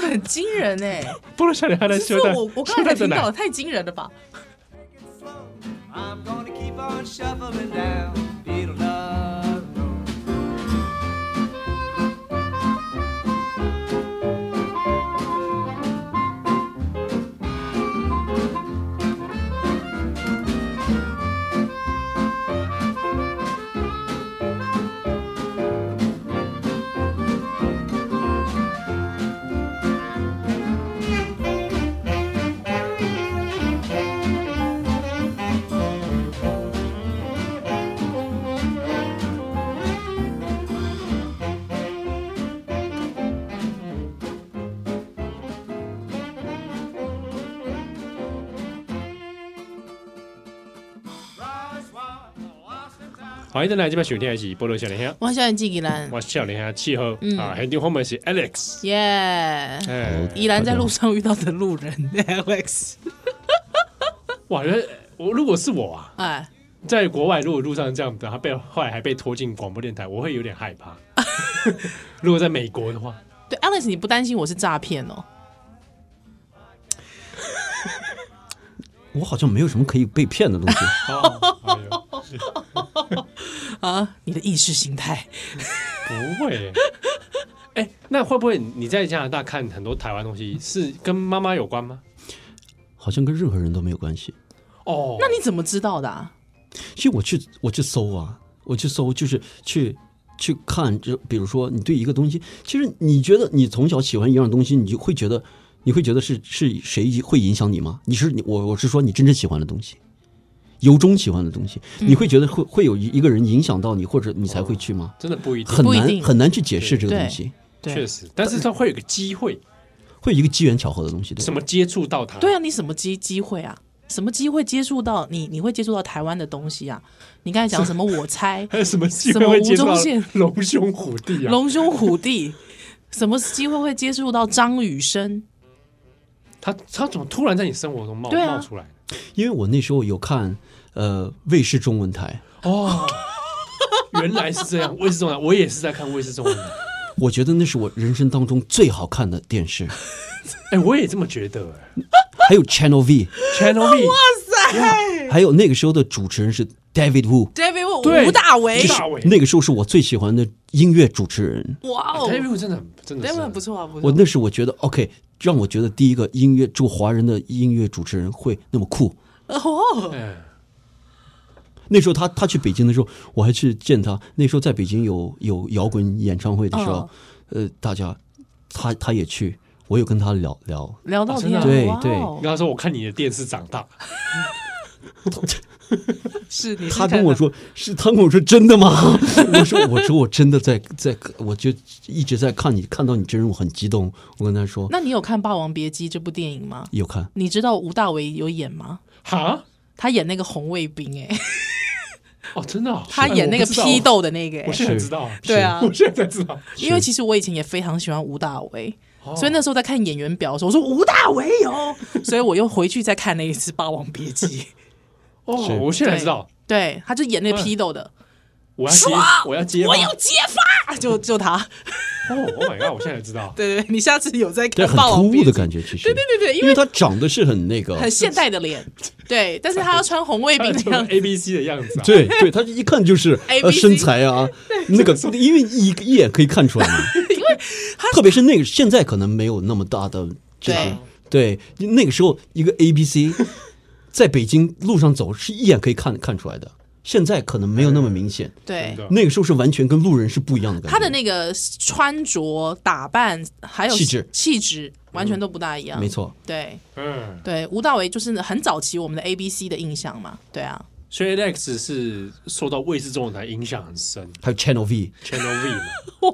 [SPEAKER 3] 很惊人哎、
[SPEAKER 2] 不能笑脸还在
[SPEAKER 3] 这
[SPEAKER 2] 秀
[SPEAKER 3] 是
[SPEAKER 2] 蛋，
[SPEAKER 3] 我我刚
[SPEAKER 2] 秀
[SPEAKER 3] 才
[SPEAKER 2] 蛋
[SPEAKER 3] 听
[SPEAKER 2] 在哪
[SPEAKER 3] 到的，太惊人了吧？
[SPEAKER 1] I'm gonna keep on shuffling down Beetle Dog Road. Rise wide, lost in time.
[SPEAKER 2] 欢迎再来这边收听的是《波罗笑脸香》，
[SPEAKER 3] 我现在记宜兰，
[SPEAKER 2] 我是笑脸香气候
[SPEAKER 3] 嗯
[SPEAKER 2] 啊，很多后面是 Alex，
[SPEAKER 3] 耶、
[SPEAKER 2] 哎，
[SPEAKER 3] 宜兰在路上遇到的路人 Alex，
[SPEAKER 2] 哇，原来我如果是我啊，
[SPEAKER 3] 哎，
[SPEAKER 2] 在国外如果路上这样，他被后来还被拖进广播电台，我会有点害 怕。 如果在美国的话，
[SPEAKER 3] 对 Alex，你不担心我是诈骗哦？
[SPEAKER 4] 我好像没有什么可以被骗的 东西。
[SPEAKER 2] 哦哎呦
[SPEAKER 3] 啊，你的意识形态
[SPEAKER 2] 不会。哎、那会不会你在加拿大看很多台湾东西是跟妈妈有关吗？
[SPEAKER 4] 好像跟任何人都没有关系。
[SPEAKER 2] 哦，
[SPEAKER 3] 那你怎么知道的、啊？
[SPEAKER 4] 其实我去我去搜啊，我去搜就是去去看，就比如说你对一个东西，其实你觉得你从小喜欢一样东西，你就会觉得你会觉得是是谁会影响你吗？你是你我我是说你真正喜欢的东西，由衷喜欢的东西，
[SPEAKER 3] 嗯
[SPEAKER 4] 你会觉得会会有一一个人影响到你，或者你才会去吗？
[SPEAKER 2] 真的不一定，
[SPEAKER 4] 很
[SPEAKER 3] 不一
[SPEAKER 4] 难
[SPEAKER 3] 定
[SPEAKER 4] 很难去解释这个东西，
[SPEAKER 3] 对
[SPEAKER 2] 确实，但是它会有个机会，
[SPEAKER 4] 会有一个机缘巧合的东西，对吧
[SPEAKER 2] 什么接触到它。
[SPEAKER 3] 对啊，你什么机机会啊？什么机会接触到你？你会接触到台湾的东西啊？你刚才讲什么？我猜
[SPEAKER 2] 还有什么机
[SPEAKER 3] 什
[SPEAKER 2] 会
[SPEAKER 3] 么
[SPEAKER 2] 会接触
[SPEAKER 3] 吴
[SPEAKER 2] 到
[SPEAKER 3] 宗宪
[SPEAKER 2] 龙兄虎弟啊？
[SPEAKER 3] 龙兄虎弟，什么机会会接触到张雨生？
[SPEAKER 2] 他他怎么突然在你生活中冒、
[SPEAKER 3] 对啊
[SPEAKER 2] 冒出来？
[SPEAKER 4] 因为我那时候有看呃卫视中文台，
[SPEAKER 2] 哦，原来是这样，卫视中文，我也是在看卫视中文。
[SPEAKER 4] 我觉得那是我人生当中最好看的电视，
[SPEAKER 2] 哎、我也这么觉得、哎
[SPEAKER 4] 还有 Channel V，
[SPEAKER 2] Channel V，
[SPEAKER 4] 还有那个时候的主持人是 David Wu，
[SPEAKER 2] 对
[SPEAKER 3] ，David 吴大维
[SPEAKER 2] 吴，大伟，
[SPEAKER 4] 那个时候是我最喜欢的音乐主持人。
[SPEAKER 3] 哇哦
[SPEAKER 2] David Wu 真的很真的是
[SPEAKER 3] ，David 很不错啊，不
[SPEAKER 4] 我
[SPEAKER 3] 错。
[SPEAKER 4] 那时我觉得 OK，让我觉得第一个音乐就华人的音乐主持人会那么酷。
[SPEAKER 3] 哦，
[SPEAKER 2] 嗯，
[SPEAKER 4] 那时候他他去北京的时候，我还去见他。那时候在北京有有摇滚演唱会的时候，呃，大家他他也去，我有跟他聊聊。
[SPEAKER 3] 聊到
[SPEAKER 2] 哦真的啊
[SPEAKER 3] 天，
[SPEAKER 4] 对
[SPEAKER 3] 哇哦
[SPEAKER 4] 对
[SPEAKER 2] 你跟他说我看你的电视长大，
[SPEAKER 3] 是你是
[SPEAKER 4] 他
[SPEAKER 3] 看
[SPEAKER 4] 跟我
[SPEAKER 3] 到
[SPEAKER 4] 说，是他跟我说真的吗？ 我说我说我真的在在，我就一直在看你看到你真人，我很激动。我跟他说
[SPEAKER 3] 那你有看《霸王别姬》这部电影吗？
[SPEAKER 4] 有看，
[SPEAKER 3] 你知道吴大维有演吗？
[SPEAKER 2] 哈，
[SPEAKER 3] 他演那个红卫兵，哎，
[SPEAKER 2] 哦，真的、哦，
[SPEAKER 3] 他演那个
[SPEAKER 2] 哎
[SPEAKER 3] 批，斗的那个，
[SPEAKER 2] 我不
[SPEAKER 3] 哎，
[SPEAKER 2] 知道我现在才知道，
[SPEAKER 3] 对啊
[SPEAKER 2] 我现在才知道，
[SPEAKER 3] 因为其实我以前也非常喜欢吴大维，
[SPEAKER 4] 哦
[SPEAKER 3] 所以那时候在看演员表的时候，我说吴大维有，所以我又回去再看那一次《霸王别姬》，
[SPEAKER 2] 哦
[SPEAKER 4] 是，
[SPEAKER 2] 我现在才知道，
[SPEAKER 3] 对，他就演那个批斗的，
[SPEAKER 4] 嗯
[SPEAKER 2] 我要接，我要接吗，
[SPEAKER 3] 我要揭发，就就他，
[SPEAKER 2] 哦，Oh my god，我现在才知道，
[SPEAKER 3] 对对对，你下次有在看
[SPEAKER 4] 但
[SPEAKER 3] 《
[SPEAKER 4] 很
[SPEAKER 3] 霸王
[SPEAKER 4] 突
[SPEAKER 3] 别
[SPEAKER 4] 兀
[SPEAKER 3] 姬
[SPEAKER 4] 的》，感觉，其实
[SPEAKER 3] 对对对对，因
[SPEAKER 4] 因为
[SPEAKER 3] 为
[SPEAKER 4] 他长得是很那个，
[SPEAKER 3] 很现代的 脸，对，但是他要穿红卫兵的样子，
[SPEAKER 2] 哎 A B C 的样子、啊，
[SPEAKER 4] 对对，他一看就是
[SPEAKER 3] A B
[SPEAKER 4] 呃
[SPEAKER 3] C
[SPEAKER 4] 身材 啊，那个因为一一眼可以看出来嘛，因为特别是那个现在可能没有那么大的这个对那个时候一个 A B C 在北京路上走是一眼可以看看出来的，现在可能没有那么明显，
[SPEAKER 3] 对
[SPEAKER 2] 真。的
[SPEAKER 4] 那个时候是完全跟路人是不一样的感觉。
[SPEAKER 3] 他的那个穿着打扮还有
[SPEAKER 4] 气质
[SPEAKER 3] 气质完全都不大一样，
[SPEAKER 4] 没错，
[SPEAKER 3] 对
[SPEAKER 2] 嗯，
[SPEAKER 3] 对，吴大维就是很早期我们的 A B C 的印象嘛，对啊，
[SPEAKER 2] 所以 Alex 是受到卫视中文台影响很深
[SPEAKER 4] 还有 Channel V，
[SPEAKER 2] ，Channel V 嘛，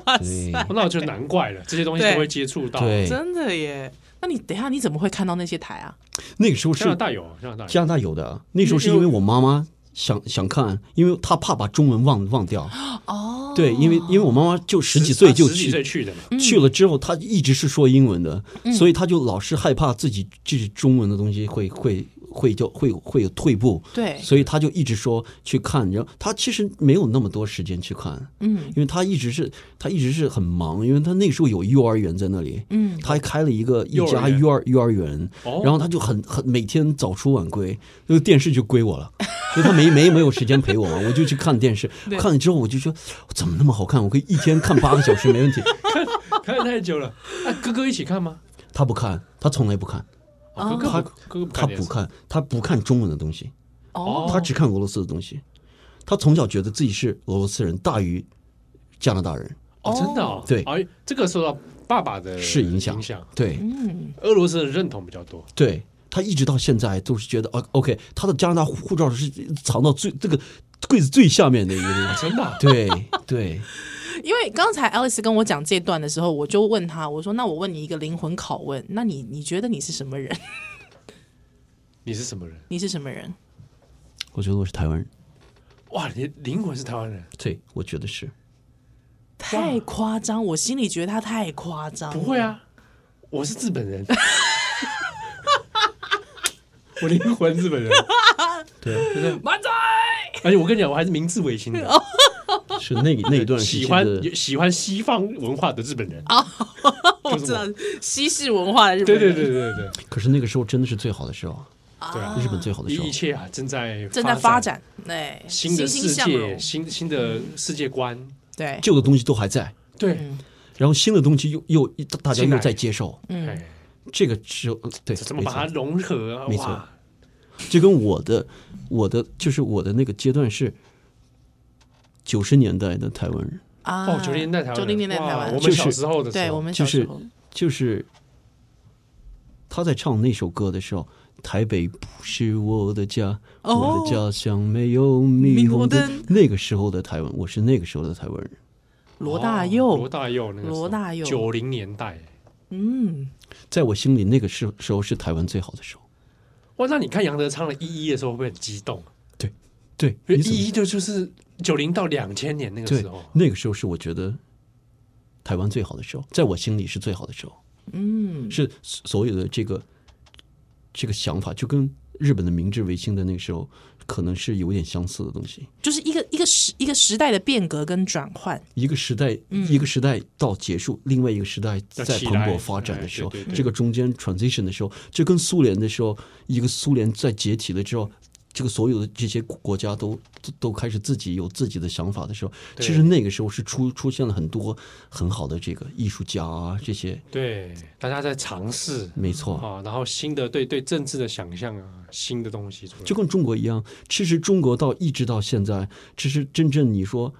[SPEAKER 3] 哇
[SPEAKER 4] 对
[SPEAKER 3] 塞，
[SPEAKER 2] 哦那我就难怪了，这些东西
[SPEAKER 3] 对
[SPEAKER 2] 都会接触到。
[SPEAKER 4] 对
[SPEAKER 3] 真的耶！那你等一下你怎么会看到那些台啊？
[SPEAKER 4] 那个时候是
[SPEAKER 2] 加拿大有，加拿大有
[SPEAKER 4] 加拿大有的，那时候是因为我妈妈想想看，因为她怕把中文忘忘掉。
[SPEAKER 3] 哦，
[SPEAKER 4] 对，因为因为我妈妈就十几岁就
[SPEAKER 2] 十几
[SPEAKER 4] 去
[SPEAKER 2] 岁去的嘛，
[SPEAKER 4] 去了之后，她一直是说英文的，
[SPEAKER 3] 嗯
[SPEAKER 4] 所以她就老是害怕自己自己中文的东西会会会就会会有退步。
[SPEAKER 3] 对
[SPEAKER 4] 所以她就一直说去看，然后她其实没有那么多时间去看，嗯，因为她一直是她一直是很忙，因为她那时候有幼儿园在那里，嗯，她还开了一个一
[SPEAKER 2] 幼儿
[SPEAKER 4] 家
[SPEAKER 2] 园
[SPEAKER 4] 幼儿幼儿园，
[SPEAKER 2] 哦
[SPEAKER 4] 然后她就很很每天早出晚归，那个电视就归我了。 因为他没没没有时间陪我嘛，我就去看电视，看了之后我就说怎么那么好看，我可以一天看八个小时没问题。
[SPEAKER 2] 看太久了。那哥哥一起看吗？
[SPEAKER 4] 他不看，他从来不看，
[SPEAKER 2] 哦哥哥不哥哥不
[SPEAKER 4] 他
[SPEAKER 2] 看电
[SPEAKER 4] 不
[SPEAKER 2] 视，
[SPEAKER 4] 看，他不看中文的东西，
[SPEAKER 3] 哦，
[SPEAKER 4] 他只看俄罗斯的东西。他从小觉得自己是俄罗斯人大于加拿大人，
[SPEAKER 2] 哦，真的哦，
[SPEAKER 4] 对
[SPEAKER 2] 哎，这个受到爸爸的
[SPEAKER 4] 是影
[SPEAKER 2] 影
[SPEAKER 4] 响，
[SPEAKER 2] 响，
[SPEAKER 4] 对
[SPEAKER 2] 俄罗斯的认同比较多，
[SPEAKER 4] 对。他一直到现在都是觉得哦，OK，他的加拿大护照是藏到最这个柜子最下面的一个 地方。
[SPEAKER 2] 真的啊。
[SPEAKER 4] 对对，
[SPEAKER 3] 因为刚才 Alice 跟我讲这段的时候，我就问他，我说：“那我问你一个灵魂拷问，那你你觉得你是什么人？
[SPEAKER 2] 你是什么人？
[SPEAKER 3] 你是什么人？
[SPEAKER 4] 我觉得我是台湾人，
[SPEAKER 2] 哇，你的灵魂是台湾人，
[SPEAKER 4] 对，我觉得是。
[SPEAKER 3] 太夸张！我心里觉得他太夸张。
[SPEAKER 2] 不会，啊，我是日本人， 我灵魂日本人，
[SPEAKER 4] 对，
[SPEAKER 3] 满载
[SPEAKER 2] 而且我跟你讲，我还是明治维新的，
[SPEAKER 4] 是那那一
[SPEAKER 2] 哦
[SPEAKER 4] 段时
[SPEAKER 2] 喜
[SPEAKER 4] 期
[SPEAKER 2] 欢
[SPEAKER 4] 的
[SPEAKER 2] 喜欢西方文化的日本人。
[SPEAKER 3] 我知道西式文化的日本
[SPEAKER 2] 对
[SPEAKER 3] 人
[SPEAKER 2] 对对对对
[SPEAKER 4] 可是那个时候真的是最好的时候啊，
[SPEAKER 2] 对啊！
[SPEAKER 4] 日本最好的时候
[SPEAKER 2] 一。切啊，正在
[SPEAKER 3] 正在发展，哎，
[SPEAKER 2] 新的
[SPEAKER 3] 欣欣
[SPEAKER 2] 世
[SPEAKER 3] 向荣
[SPEAKER 2] 界，新新的世界观，哎
[SPEAKER 3] 对，
[SPEAKER 4] 旧的东西都还在，
[SPEAKER 2] 对，
[SPEAKER 3] 嗯
[SPEAKER 4] 然后新的东西又又大家
[SPEAKER 2] 进来
[SPEAKER 4] 又在接受，
[SPEAKER 3] 嗯
[SPEAKER 2] 哎
[SPEAKER 4] 这个只有对，
[SPEAKER 2] 怎么
[SPEAKER 4] 没
[SPEAKER 2] 把
[SPEAKER 4] 错
[SPEAKER 2] 它融合啊？
[SPEAKER 4] 没错
[SPEAKER 2] 哇，
[SPEAKER 4] 就跟我的我的就是我的那个阶段是九十年代的台湾人，
[SPEAKER 3] 啊，
[SPEAKER 2] 哦，九零年代台湾人，
[SPEAKER 3] 九零年代台
[SPEAKER 2] 哇
[SPEAKER 3] 湾
[SPEAKER 2] 我
[SPEAKER 3] 人，
[SPEAKER 2] 们
[SPEAKER 4] 就是
[SPEAKER 2] 小时候的时候，
[SPEAKER 3] 对我们
[SPEAKER 4] 就
[SPEAKER 3] 小时
[SPEAKER 4] 是
[SPEAKER 3] 候，
[SPEAKER 4] 就是他在唱那首歌的时候，台北不是我的家，
[SPEAKER 3] 哦
[SPEAKER 4] 我的家乡没有霓
[SPEAKER 3] 霓
[SPEAKER 4] 虹
[SPEAKER 3] 虹
[SPEAKER 4] 灯
[SPEAKER 3] 灯。
[SPEAKER 4] 那个时候的台湾，我是那个时候的台湾人，
[SPEAKER 3] 罗大
[SPEAKER 2] 哦罗
[SPEAKER 3] 佑，
[SPEAKER 2] 大佑那个时候
[SPEAKER 3] 罗大佑
[SPEAKER 2] 九零年代，
[SPEAKER 3] 嗯，
[SPEAKER 4] 在我心里那个时候时候是台湾最好的时候。
[SPEAKER 2] 哇，那你看杨德昌的《一一》的时候会不会很激动？
[SPEAKER 4] 对，
[SPEAKER 2] 因为
[SPEAKER 4] 你
[SPEAKER 2] 《
[SPEAKER 4] 怎么
[SPEAKER 2] 一一》就就是九零到两千年那个
[SPEAKER 4] 对
[SPEAKER 2] 时候，
[SPEAKER 4] 那个时候是我觉得台湾最好的时候，在我心里是最好的时候。嗯，是所有的这个这个想法，就跟日本的明治维新的那个时候，可能是有点相似的东西。
[SPEAKER 3] 就是一个一个时一个时代的变革跟转换，
[SPEAKER 4] 一个时代，一个时代到结束，另外一个时代
[SPEAKER 2] 要
[SPEAKER 4] 在
[SPEAKER 2] 起
[SPEAKER 4] 蓬
[SPEAKER 2] 来
[SPEAKER 4] 勃发展的时候
[SPEAKER 2] 哎对对，对
[SPEAKER 4] 这个中间 transition 的时候，就跟苏联的时候，一个苏联在解体了之后，这个所有的这些国家都都都开始自己有自己的想法的时候，
[SPEAKER 2] 对
[SPEAKER 4] 其实那个时候是出出现了很多很好的这个艺术家啊，这些
[SPEAKER 2] 对，大家在尝试
[SPEAKER 4] 没错，
[SPEAKER 2] 啊，然后新的对对政治的想象啊，新的东西出来，
[SPEAKER 4] 就跟中国一样，其实中国到一直到现在，其实真正你说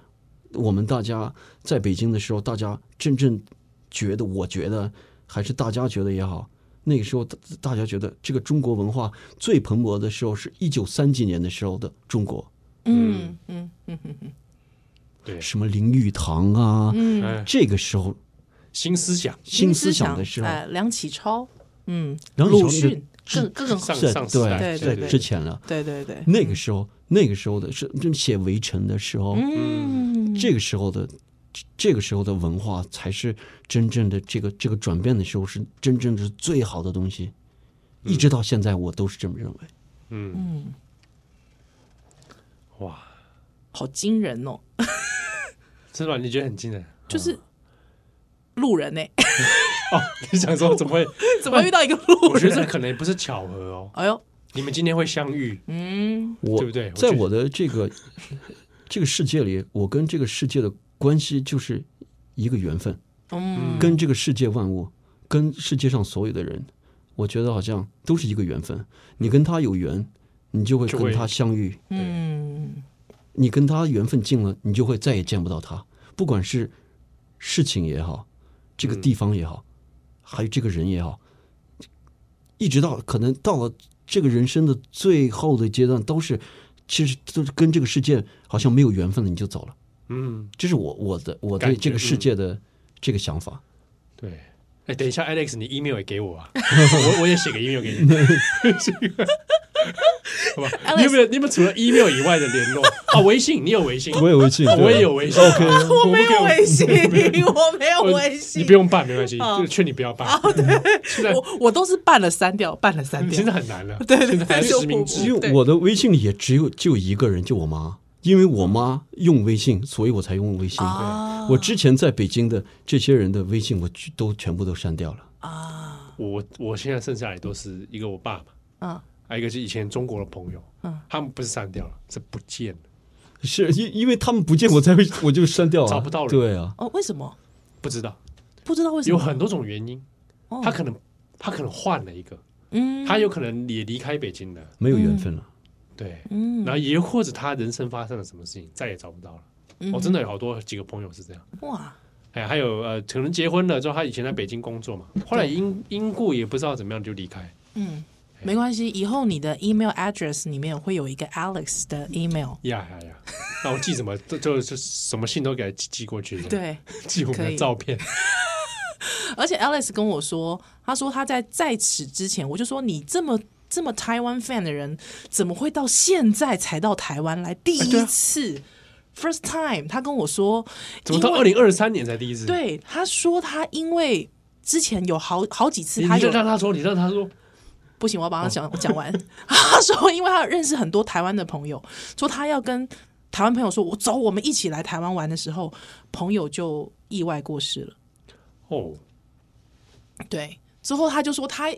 [SPEAKER 4] 我们大家在北京的时候，大家真正觉得，我觉得还是大家觉得也好，那个时候大大家觉得这个中国文化最蓬勃的时候是一九三几年的时候的中国，
[SPEAKER 3] 嗯嗯，
[SPEAKER 2] 对，
[SPEAKER 4] 什么林语堂啊，
[SPEAKER 2] 嗯，
[SPEAKER 4] 这个时候
[SPEAKER 2] 新思想
[SPEAKER 4] 新思想的时候，
[SPEAKER 3] 哎，梁启超，嗯，
[SPEAKER 4] 梁启超
[SPEAKER 3] 鲁
[SPEAKER 4] 是
[SPEAKER 3] 迅，更更
[SPEAKER 2] 上
[SPEAKER 4] 在
[SPEAKER 2] 上时代
[SPEAKER 4] 对
[SPEAKER 3] 对
[SPEAKER 4] 在
[SPEAKER 3] 对对
[SPEAKER 4] 之前了，
[SPEAKER 3] 对对对，
[SPEAKER 4] 那
[SPEAKER 2] 嗯
[SPEAKER 4] 个时候那个时候的是就写《围城》的时候，
[SPEAKER 3] 嗯，
[SPEAKER 4] 这个时候的这这个时候的文化才是真正的这个这个转变的时候是真正是最好的东西，一
[SPEAKER 2] 嗯
[SPEAKER 4] 直到现在我都是这么认为。
[SPEAKER 2] 哇，
[SPEAKER 3] 好惊人哦，
[SPEAKER 2] 是吧？你觉得很惊人
[SPEAKER 3] 就是路人呢，
[SPEAKER 2] 哦？你想说怎么会？
[SPEAKER 3] 怎 么遇到一个路
[SPEAKER 2] 我觉得这
[SPEAKER 3] 人？
[SPEAKER 2] 可能不是巧合哦，
[SPEAKER 3] 哎呦，
[SPEAKER 2] 你们今天会相遇，
[SPEAKER 4] 我
[SPEAKER 2] 对不对我
[SPEAKER 4] 在
[SPEAKER 2] 觉得
[SPEAKER 4] 我的这个 这个世界里，我跟这个世界的关系就是一个缘分，
[SPEAKER 3] 嗯，
[SPEAKER 4] 跟这个世界万物，跟世界上所有的人，我觉得好像都是一个缘分。你跟他有缘，你就会
[SPEAKER 2] 就
[SPEAKER 4] 跟
[SPEAKER 2] 会
[SPEAKER 4] 他相遇。
[SPEAKER 3] 嗯，
[SPEAKER 4] 你跟他缘分尽了，你就会再也见不到他。不管是事情也好，这个地方也好，还有这个人也好，一直到可能到了这个人生的最后的阶段，都是其实都是跟这个世界好像没有缘分了，你就走了。
[SPEAKER 2] 嗯，
[SPEAKER 4] 这是我我的我对
[SPEAKER 2] 感觉嗯
[SPEAKER 4] 这个世界的这个想法。
[SPEAKER 2] 对。哎，等一下，Alex，你 email 也给我啊，我我也写个 email 给你，好吧？你有没有你有没有除了 email 以外的联络啊？微信，你有微信，
[SPEAKER 4] 有微信
[SPEAKER 2] 我也有微信，OK，
[SPEAKER 3] 我没有微信，
[SPEAKER 2] 我不给
[SPEAKER 3] 我没有
[SPEAKER 2] 我
[SPEAKER 3] 微信
[SPEAKER 2] 你不，用办没关系，
[SPEAKER 3] 哦
[SPEAKER 2] 就是劝你不要办。现在嗯
[SPEAKER 3] 我我都是办了删掉，办了删掉
[SPEAKER 2] 现，在很难了，
[SPEAKER 3] 对对
[SPEAKER 2] 现在还
[SPEAKER 3] 对就
[SPEAKER 2] 实名
[SPEAKER 3] 不
[SPEAKER 2] 制
[SPEAKER 3] 不
[SPEAKER 4] 因为我的微信里也只有就一个人，就我妈。因为我妈用微信，所以我才用微信。
[SPEAKER 3] 啊
[SPEAKER 4] 我之前在北京的这些人的微信，我全都全部都删掉了。
[SPEAKER 3] 啊，
[SPEAKER 2] 我我现在剩下来都是一个我爸嘛，
[SPEAKER 3] 嗯，
[SPEAKER 2] 还有一个是以前中国的朋友，
[SPEAKER 3] 嗯，
[SPEAKER 2] 他们不是删掉了，是不见了。
[SPEAKER 4] 是因因为他们不见我才会 我就删掉啊，
[SPEAKER 2] 找不到人
[SPEAKER 4] 对啊，
[SPEAKER 3] 哦，为什么？
[SPEAKER 2] 不知道，
[SPEAKER 3] 不知道为什么
[SPEAKER 2] 有很多种原因，
[SPEAKER 3] 哦
[SPEAKER 2] 他可能他可能换了一个，
[SPEAKER 3] 嗯
[SPEAKER 2] 他有可能也离开北京了，
[SPEAKER 4] 没有缘分了。
[SPEAKER 2] 对，
[SPEAKER 3] 嗯
[SPEAKER 2] 然后也或者他人生发生了什么事情，再也找不到了。
[SPEAKER 3] 嗯
[SPEAKER 2] 我真的有好多几个朋友是这样，
[SPEAKER 3] 哇，
[SPEAKER 2] 哎，还有呃，可能结婚了之后，他以前在北京工作嘛，后来因因故也不知道怎么样就离开，
[SPEAKER 3] 嗯，没关系，以后你的 email address 里面会有一个 Alex 的 email，
[SPEAKER 2] 呀呀呀，那我寄什么 就就就什么信都给他寄寄过去，，
[SPEAKER 3] 对，
[SPEAKER 2] 寄我们
[SPEAKER 3] 可
[SPEAKER 2] 的
[SPEAKER 3] 以
[SPEAKER 2] 照片，
[SPEAKER 3] 而且 Alex 跟我说，他说他在在此之前，我就说你这么。这么台湾 fan 的人，怎么会到现在才到台湾来？第
[SPEAKER 2] 对
[SPEAKER 3] 一
[SPEAKER 2] 啊
[SPEAKER 3] 次、f i r s t time，他跟我说，
[SPEAKER 2] 怎么到
[SPEAKER 3] 因为
[SPEAKER 2] 二零二三年才第一次？，
[SPEAKER 3] 对，他说他因为之前有好好几次
[SPEAKER 2] 你
[SPEAKER 3] 他
[SPEAKER 2] 就
[SPEAKER 3] 有
[SPEAKER 2] 让他说，你让他说，
[SPEAKER 3] 不行，我要
[SPEAKER 4] 哦
[SPEAKER 3] 把他讲、 讲完。他说，因为他认识很多台湾的朋友，说他要跟台湾朋友说，我走，我们一起来台湾玩的时候，朋友就意外过世了。
[SPEAKER 2] 哦，
[SPEAKER 3] 对，之后他就说他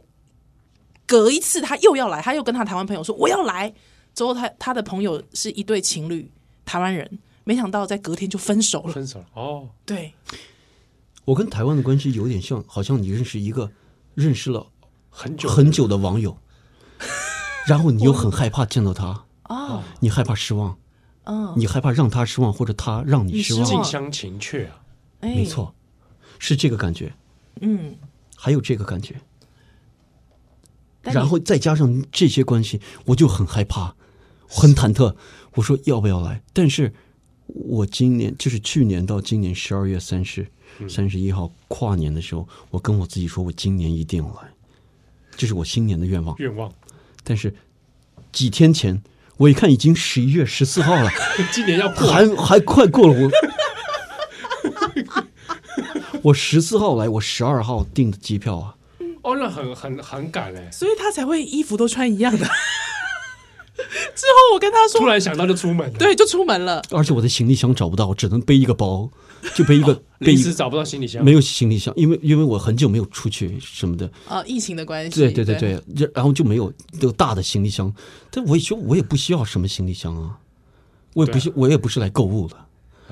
[SPEAKER 3] 隔一次他又要来，他又跟他台湾朋友说我要来。之后他他的朋友是一对情侣，台湾人，没想到在隔天就分手了。
[SPEAKER 2] 分手了哦，
[SPEAKER 3] 对，
[SPEAKER 4] 我跟台湾的关系有点像，好像你认识一个认识了
[SPEAKER 2] 很久
[SPEAKER 4] 很久的 网友，然后你又很害怕见到他，
[SPEAKER 3] 哦，
[SPEAKER 4] 你害怕失望，
[SPEAKER 3] 嗯，
[SPEAKER 4] 你害怕让他失望，或者他让你
[SPEAKER 3] 你
[SPEAKER 4] 失
[SPEAKER 3] 失
[SPEAKER 4] 望，
[SPEAKER 2] 近乡情怯啊，
[SPEAKER 3] 哎，
[SPEAKER 4] 没，错，是这个感觉，
[SPEAKER 3] 嗯，
[SPEAKER 4] 还有这个感觉，
[SPEAKER 3] 但你
[SPEAKER 4] 然后再加上这些关系，我就很害怕，很忐忑。我说要不要来？但是我今年就是去年到今年十二月三十、
[SPEAKER 3] 嗯
[SPEAKER 4] 三十一号跨年的时候，我跟我自己说，我今年一定要来，这是我新年的愿望。
[SPEAKER 2] 愿望。
[SPEAKER 4] 但是几天前，我一看已经十一月十四号 了，
[SPEAKER 2] 今年要破
[SPEAKER 4] 还还快过了我。 我十四号来，我十二号订的机票啊，
[SPEAKER 2] 哦，那很很很赶哎，
[SPEAKER 3] 所以他才会衣服都穿一样 的。之后我跟他
[SPEAKER 2] 突
[SPEAKER 3] 说，
[SPEAKER 2] 然想到就出门了，
[SPEAKER 3] 对，就出门了。
[SPEAKER 4] 而且我的行李箱找不到，只能背一个包， 就背一个、背
[SPEAKER 2] 哦临
[SPEAKER 4] 一
[SPEAKER 2] 时
[SPEAKER 4] 个
[SPEAKER 2] 找不到行李箱，
[SPEAKER 4] 没有行李箱，因为因为我很久没有出去什么的，
[SPEAKER 3] 呃，疫情的关系，
[SPEAKER 4] 对对对，对，就然后就没有这个大的行李箱，但我也就我也不需要什么行李箱啊，我也不是、我也不是来购物的，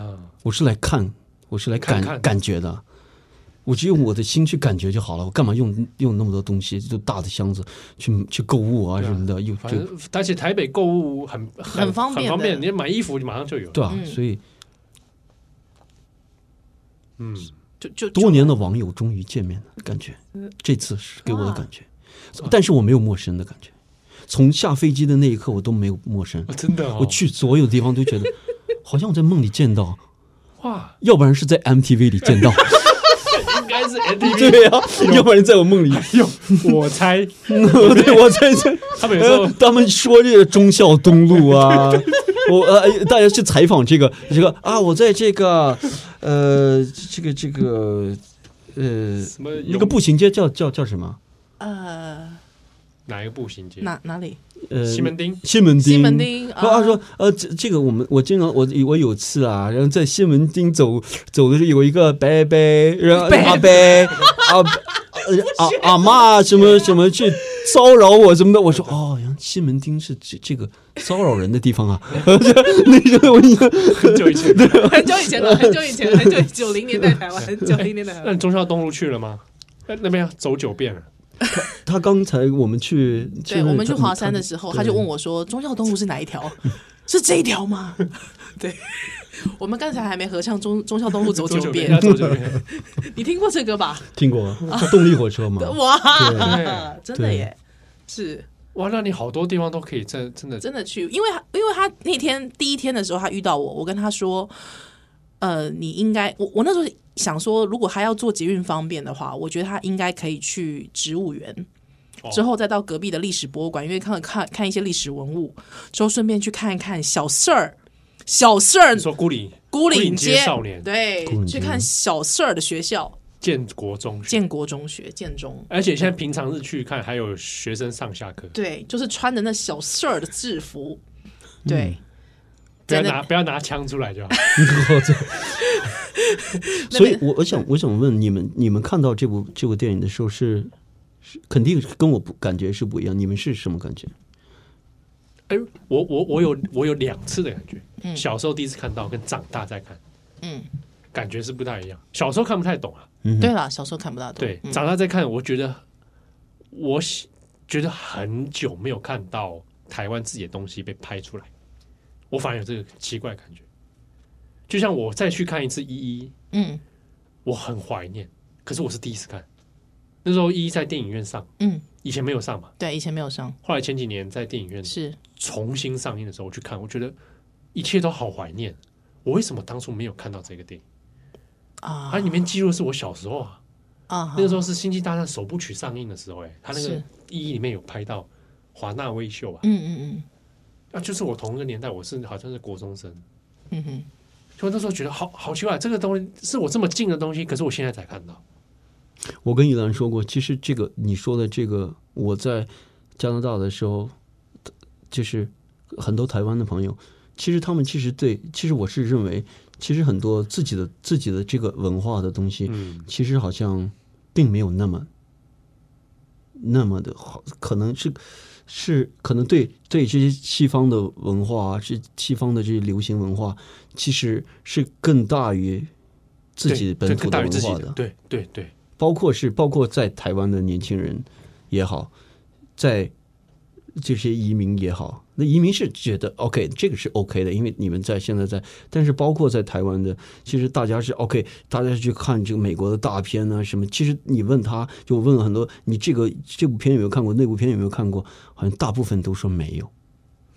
[SPEAKER 2] 啊，
[SPEAKER 4] 我是来看，我是来感
[SPEAKER 2] 看看
[SPEAKER 4] 感觉的，我就用我的心去感觉就好了，我干嘛用用那么多东西，就大的箱子去去购物啊
[SPEAKER 2] 对啊
[SPEAKER 4] 什么的，又
[SPEAKER 2] 反
[SPEAKER 4] 就
[SPEAKER 2] 正而且台北购物很很
[SPEAKER 3] 很方便
[SPEAKER 2] 很方便，
[SPEAKER 3] 的
[SPEAKER 2] 你买衣服你马上就有，
[SPEAKER 4] 对啊，
[SPEAKER 3] 嗯
[SPEAKER 4] 所以
[SPEAKER 2] 嗯，
[SPEAKER 3] 就就
[SPEAKER 4] 多年的网友终于见面了，感觉这次是给我的感觉，呃但是我没有陌生的感觉，从下飞机的那一刻我都没有陌生
[SPEAKER 2] 哦，真的哦，
[SPEAKER 4] 我去所有地方都觉得好像我在梦里见到。
[SPEAKER 2] 哇，
[SPEAKER 4] 要不然是在 MTV 里 见到，
[SPEAKER 2] 啊应该是 NTV，
[SPEAKER 4] 对啊，要不然在我梦里，
[SPEAKER 2] 啊我猜
[SPEAKER 4] 对我在这，
[SPEAKER 2] 他 们有时候
[SPEAKER 4] 呃，他们说这个忠孝东路 啊，我呃，哎大家去采访这个这个啊，我在这个呃，这个这个呃，
[SPEAKER 2] 什么
[SPEAKER 4] 那个步行街叫叫叫什么？
[SPEAKER 3] 呃
[SPEAKER 2] 哪一个步行街？
[SPEAKER 3] 哪哪 里
[SPEAKER 4] 呃，
[SPEAKER 2] 西门 町
[SPEAKER 4] 西门町，
[SPEAKER 3] 西门町
[SPEAKER 4] 然后他
[SPEAKER 3] 啊
[SPEAKER 4] 说，呃，这这个我们我经常我我有次啊，然后在西门町走走的时候，有一个伯伯，然后阿伯 阿阿阿阿妈什么什么去骚扰我什么的，我说哦，原来西门町是这这个骚扰人的地方啊。那时候我一个
[SPEAKER 2] 很久以前。
[SPEAKER 3] 很久以前 了，很久以前了，很久九零年代台湾，九零年代台
[SPEAKER 2] 那
[SPEAKER 3] 湾
[SPEAKER 2] 你忠孝东路去了吗？那那边要走九遍啊了，
[SPEAKER 4] 他刚才我们去，
[SPEAKER 3] 对我们去华山的时候，
[SPEAKER 4] 对
[SPEAKER 3] 他就问我说：“忠孝东路是哪一条？ 是这一条吗？”对，我们刚才还没合唱《忠忠孝东路走
[SPEAKER 2] 走
[SPEAKER 3] 九遍
[SPEAKER 2] 要》，走九遍。
[SPEAKER 3] 你听过这歌吧？
[SPEAKER 4] 听过动力火车吗？
[SPEAKER 3] 哇，
[SPEAKER 2] 对
[SPEAKER 3] 真的耶，是
[SPEAKER 2] 哇，那你好多地方都可以真真的
[SPEAKER 3] 真的去，因为他因为他那天第一天的时候，他遇到我，我跟他说：“呃，你应该我我那时候想说，如果他要做捷运方便的话，我觉得他应该可以去植物园。”
[SPEAKER 2] 哦
[SPEAKER 3] 之后再到隔壁的历史博物馆，因为看看看一些历史文物，之后顺便去看一看小 Sir 小 Sir
[SPEAKER 2] 你说孤岭
[SPEAKER 3] 孤
[SPEAKER 2] 岭
[SPEAKER 3] 岭
[SPEAKER 2] 街少年
[SPEAKER 3] 对
[SPEAKER 4] 孤岭，街
[SPEAKER 3] 去看小 Sir 的学校，
[SPEAKER 2] 建国中学，
[SPEAKER 3] 建国中学、建中，
[SPEAKER 2] 而且现在平常日去看还有学生上下课，
[SPEAKER 3] 对，就是穿着那小 Sir 的制服，
[SPEAKER 4] 嗯
[SPEAKER 3] 对，
[SPEAKER 2] 不要
[SPEAKER 3] 在
[SPEAKER 2] 拿
[SPEAKER 3] 那
[SPEAKER 2] 不要拿枪出 来就好。
[SPEAKER 4] 所以，我我想我想问你们，你们看到这部这部电影的时候是，是肯定是跟我不感觉是不一样。你们是什么感觉？
[SPEAKER 2] 哎，我我我有我有两次的感觉，小时候第一次看到，跟长大再看，
[SPEAKER 3] 嗯，
[SPEAKER 2] 感觉是不太一样。小时候看不太懂啊，
[SPEAKER 4] 嗯
[SPEAKER 3] 对了，小时候看不到的，
[SPEAKER 2] 对，
[SPEAKER 3] 嗯
[SPEAKER 2] 长大再看，我觉得我喜觉得很久没有看到台湾自己的东西被拍出来，我反而有这个奇怪的感觉。就像我再去看一次《一一》，
[SPEAKER 3] 嗯
[SPEAKER 2] 我很怀念，可是我是第一次看，那时候《一一》在电影院上，
[SPEAKER 3] 嗯，
[SPEAKER 2] 以前没有上嘛，
[SPEAKER 3] 对，以前没有上，
[SPEAKER 2] 后来前几年在电影院
[SPEAKER 3] 是
[SPEAKER 2] 重新上映的时候，我去看，我觉得一切都好怀念。我为什么当初没有看到这个电影？它
[SPEAKER 3] 啊
[SPEAKER 2] 里面记录的是我小时候啊，
[SPEAKER 3] 啊，
[SPEAKER 2] 那个时候是《星际大战》首部曲上映的时候、哎，他那个
[SPEAKER 3] 是
[SPEAKER 2] 一里面有拍到华纳威秀啊，
[SPEAKER 3] 嗯嗯
[SPEAKER 2] 啊，就是我同一个年代，我是好像是国中生，
[SPEAKER 3] 嗯嗯嗯，
[SPEAKER 2] 就那时候觉得好好奇怪，这个东西是我这么近的东西，可是我现在才看到，
[SPEAKER 4] 我跟依兰说过，其实这个你说的这个，我在加拿大的时候，就是很多台湾的朋友，其实他们其实对，其实我是认为，其实很多自己的自己的这个文化的东西，
[SPEAKER 2] 嗯，
[SPEAKER 4] 其实好像并没有那么那么的好，可能是是可能对对这些西方的文化，啊是西方的这些流行文化，其实是更大于自
[SPEAKER 2] 对
[SPEAKER 4] 己本
[SPEAKER 2] 对
[SPEAKER 4] 土
[SPEAKER 2] 大于
[SPEAKER 4] 文
[SPEAKER 2] 自己
[SPEAKER 4] 化
[SPEAKER 2] 的，对对对，
[SPEAKER 4] 包括是包括在台湾的年轻人也好，在这些移民也好，那移民是觉得 OK，这个是 OK 的，因为你们在现在在，但是包括在台湾的，其实大家是 OK，大家去看这个美国的大片啊什么，其实你问他就问很多，你这个这部片有没有看过，那部片有没有看过，好像大部分都说没有。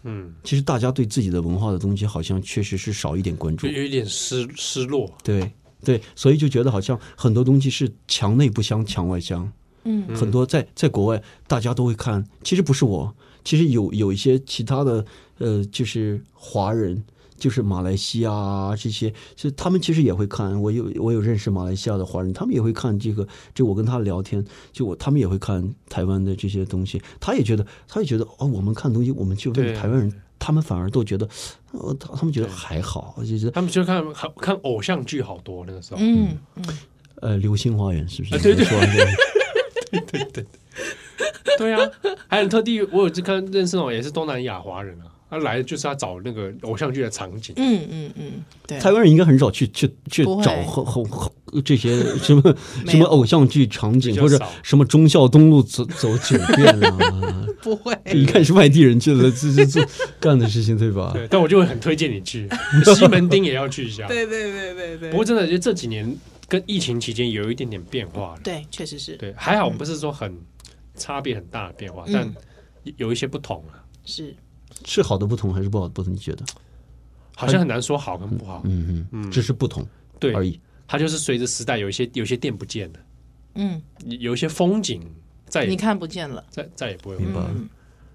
[SPEAKER 2] 嗯，
[SPEAKER 4] 其实大家对自己的文化的东西好像确实是少一点关注
[SPEAKER 2] 就，有一点失失落，
[SPEAKER 4] 对对，所以就觉得好像很多东西是墙内不香，墙外香。
[SPEAKER 3] 嗯，
[SPEAKER 4] 很多在在国外大家都会看，其实不是我，其实有有一些其他的呃，就是华人。就是马来西亚啊，这些，就他们其实也会看。我有我有认识马来西亚的华人，他们也会看这个。就我跟他聊天，就我他们也会看台湾的这些东西。他也觉得，他也觉得哦，我们看东西，我们去问
[SPEAKER 2] 对
[SPEAKER 4] 台湾人，他们反而都觉得，呃，他他们觉得还好，就觉得
[SPEAKER 2] 他们就看看看偶像剧好多那个时候，
[SPEAKER 3] 嗯，
[SPEAKER 4] 呃，《流星花园》是不是？
[SPEAKER 2] 啊对对
[SPEAKER 4] 说完这个
[SPEAKER 2] 对啊，还有特地我有去看认识那种也是东南亚华人啊，他来就是要找那个偶像剧的场景，
[SPEAKER 3] 嗯嗯嗯，对，
[SPEAKER 4] 台湾人应该很少去去去
[SPEAKER 3] 不会
[SPEAKER 4] 找后后后这些什么
[SPEAKER 3] 没有
[SPEAKER 4] 什么偶像剧场景，
[SPEAKER 2] 比较
[SPEAKER 4] 或者
[SPEAKER 2] 少
[SPEAKER 4] 什么忠孝东路走 走九遍 啊，
[SPEAKER 3] 不会，
[SPEAKER 4] 这一看是外地人去了， 这这这干的事情对吧？
[SPEAKER 2] 对，但我就会很推荐你去西门町也要去一下。
[SPEAKER 3] 对对对对对，
[SPEAKER 2] 不过真的，就这几年跟疫情期间有一点点变化了。
[SPEAKER 3] 对，确实是
[SPEAKER 2] 对，还好不是说很差别很大的变化，
[SPEAKER 3] 嗯
[SPEAKER 2] 但有一些不同啊，
[SPEAKER 3] 是，
[SPEAKER 4] 是好的不同还是不好的不同？你觉得？
[SPEAKER 2] 好像很难说好跟不好。
[SPEAKER 4] 嗯嗯，只是不同
[SPEAKER 2] 对，
[SPEAKER 4] 而已。
[SPEAKER 2] 它就是随着时代有一些有些店不见了，
[SPEAKER 3] 嗯，
[SPEAKER 2] 有一些风景再
[SPEAKER 3] 你
[SPEAKER 2] 也
[SPEAKER 3] 看不见了，
[SPEAKER 2] 再再也不会有。
[SPEAKER 4] 明白？
[SPEAKER 3] 嗯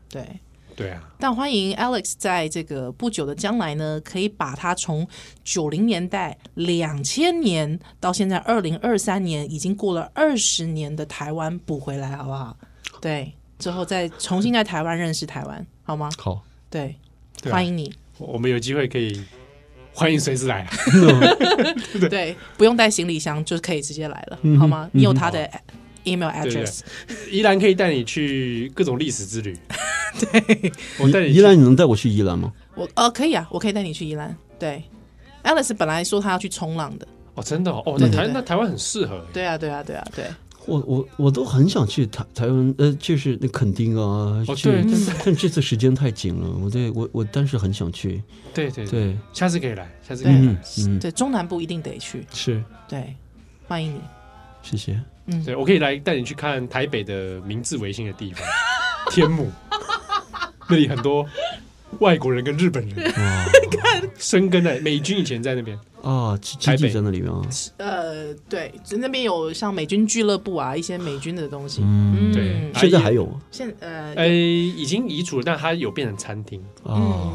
[SPEAKER 3] 对。
[SPEAKER 2] 对啊，
[SPEAKER 3] 但欢迎 Alex 在这个不久的将来呢，可以把他从九零年代、两千年到现在二零二三年，已经过了二十年的台湾补回来，好不好？对，之后再重新在台湾认识台湾，好吗？
[SPEAKER 4] 好，
[SPEAKER 3] 对，
[SPEAKER 2] 对啊
[SPEAKER 3] 欢迎你。
[SPEAKER 2] 我们有机会可以欢迎随时来啊。
[SPEAKER 3] 对不用带行李箱就可以直接来了，
[SPEAKER 4] 嗯
[SPEAKER 3] 好吗？你有他的 email
[SPEAKER 2] 啊对对
[SPEAKER 3] address，
[SPEAKER 2] 宜兰可以带你去各种历史之旅。对，我带你
[SPEAKER 4] 宜
[SPEAKER 2] 去
[SPEAKER 4] 宜兰，你能带我去宜兰吗？
[SPEAKER 3] 我呃可以啊，我可以带你去宜兰。对，Alex 本来说他要去冲浪的，
[SPEAKER 2] 哦，真的哦，哦
[SPEAKER 3] 对
[SPEAKER 2] 那
[SPEAKER 3] 对
[SPEAKER 2] 台
[SPEAKER 3] 对
[SPEAKER 2] 那台湾很适合欸。
[SPEAKER 3] 对啊，对啊，对啊，对，
[SPEAKER 4] 我我我都很想去台台湾，呃，就是那垦丁啊，
[SPEAKER 2] 哦，
[SPEAKER 4] 去
[SPEAKER 2] 对，真的
[SPEAKER 4] 但这次时间太紧了，我对我我当时很想去，
[SPEAKER 2] 对对对，
[SPEAKER 4] 对，
[SPEAKER 2] 下次可以来，下次可以来。
[SPEAKER 4] 嗯嗯，
[SPEAKER 3] 对，中南部一定得去，
[SPEAKER 4] 是，
[SPEAKER 3] 对，欢迎你。
[SPEAKER 4] 谢谢。
[SPEAKER 2] 对，我可以来带你去看台北的明治维新的地方，天母，那里很多外国人跟日本人
[SPEAKER 4] 哇
[SPEAKER 2] 生根在美军以前在那边，
[SPEAKER 4] 啊，基基
[SPEAKER 2] 台
[SPEAKER 4] 地
[SPEAKER 2] 北
[SPEAKER 4] 在那里面啊，
[SPEAKER 3] 呃，对，就那边有像美军俱乐部啊，一些美军的东西。
[SPEAKER 4] 嗯，
[SPEAKER 2] 对，
[SPEAKER 4] 现在
[SPEAKER 2] 啊
[SPEAKER 4] 还
[SPEAKER 2] 也
[SPEAKER 4] 有吗
[SPEAKER 3] 现呃，嗯
[SPEAKER 2] 哎，已经移除了，但它有变成餐厅。
[SPEAKER 4] 啊，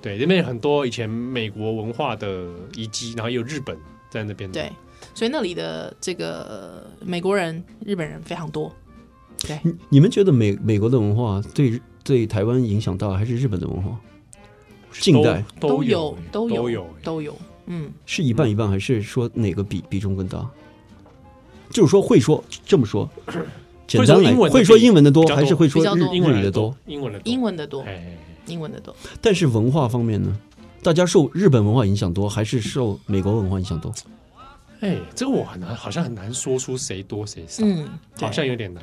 [SPEAKER 2] 对，那边有很多以前美国文化的遗迹，然后也有日本在那边。
[SPEAKER 3] 对，，所以那里的这个呃美国人、日本人非常多。
[SPEAKER 4] 你你们觉得美美国的文化对日对台湾影响大，还是日本的文化？近代
[SPEAKER 2] 都
[SPEAKER 3] 都
[SPEAKER 2] 有
[SPEAKER 3] 都
[SPEAKER 2] 有
[SPEAKER 3] 有都有，嗯，
[SPEAKER 4] 是一半一半，还是说哪个比比重更大？就是说会说这么说，简单
[SPEAKER 2] 说
[SPEAKER 4] 来
[SPEAKER 2] 英文的
[SPEAKER 4] 会说英文的多
[SPEAKER 2] 比，较多
[SPEAKER 4] 还是会说
[SPEAKER 3] 比较
[SPEAKER 4] 日
[SPEAKER 3] 多
[SPEAKER 2] 英文
[SPEAKER 4] 日语的
[SPEAKER 2] 多，，英文的
[SPEAKER 3] 英
[SPEAKER 2] 文
[SPEAKER 3] 文的多，
[SPEAKER 2] 哎，
[SPEAKER 3] 英文的多。
[SPEAKER 4] 但是文化方面呢？大家受日本文化影响多，还是受美国文化影响多？
[SPEAKER 2] 哎，这个我很难，好像很难说出谁多谁少，
[SPEAKER 3] 嗯，对
[SPEAKER 2] 好像有点难，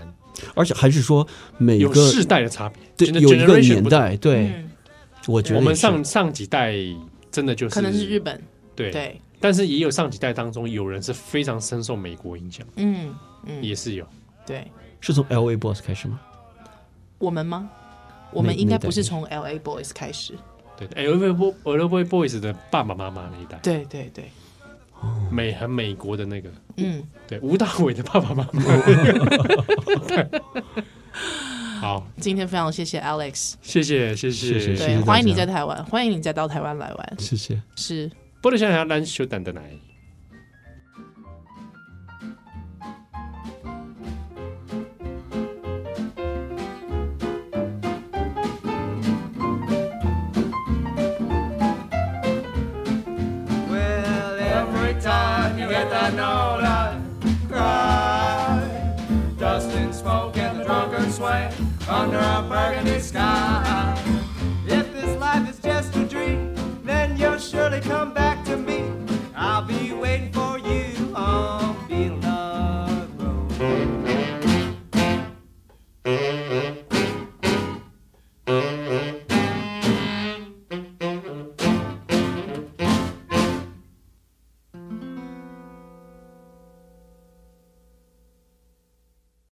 [SPEAKER 4] 而且还是说每
[SPEAKER 2] 有
[SPEAKER 4] 个
[SPEAKER 2] 世代的差别，
[SPEAKER 4] 对
[SPEAKER 2] 真的
[SPEAKER 4] 有一个
[SPEAKER 2] generation
[SPEAKER 4] 年
[SPEAKER 2] 不同
[SPEAKER 4] 代，对，
[SPEAKER 3] 嗯
[SPEAKER 4] 我觉得
[SPEAKER 2] 我们
[SPEAKER 4] 也是
[SPEAKER 2] 上上几代真的就是
[SPEAKER 3] 可能是日本，
[SPEAKER 2] 对，
[SPEAKER 3] 对，
[SPEAKER 2] 但是也有上几代当中有人是非常深受美国影响，
[SPEAKER 3] 嗯嗯，
[SPEAKER 2] 也是有。
[SPEAKER 3] 对，
[SPEAKER 4] 是从 L A Boss 开始吗？
[SPEAKER 3] 我们吗？我们
[SPEAKER 4] 那
[SPEAKER 3] 应该
[SPEAKER 4] 那代
[SPEAKER 3] 不是
[SPEAKER 4] 人
[SPEAKER 3] 从 L A Boys 开始，
[SPEAKER 2] 对哎 l v b o l v Boys 的爸爸妈妈那一代，
[SPEAKER 3] 对对对，
[SPEAKER 2] 美很美国的那个，
[SPEAKER 3] 嗯，
[SPEAKER 2] 对，吴大伟的爸爸妈 妈。 好，
[SPEAKER 3] 今天非常谢谢 Alex，
[SPEAKER 2] 谢谢，谢
[SPEAKER 4] 谢谢谢谢
[SPEAKER 3] 对，
[SPEAKER 4] 大
[SPEAKER 3] 欢迎你
[SPEAKER 4] 家
[SPEAKER 3] 在台湾，欢迎你再到台湾来玩，
[SPEAKER 4] 谢谢。
[SPEAKER 3] 是。
[SPEAKER 2] 不能想想咱小等的来。
[SPEAKER 1] Well, every time you get that noise.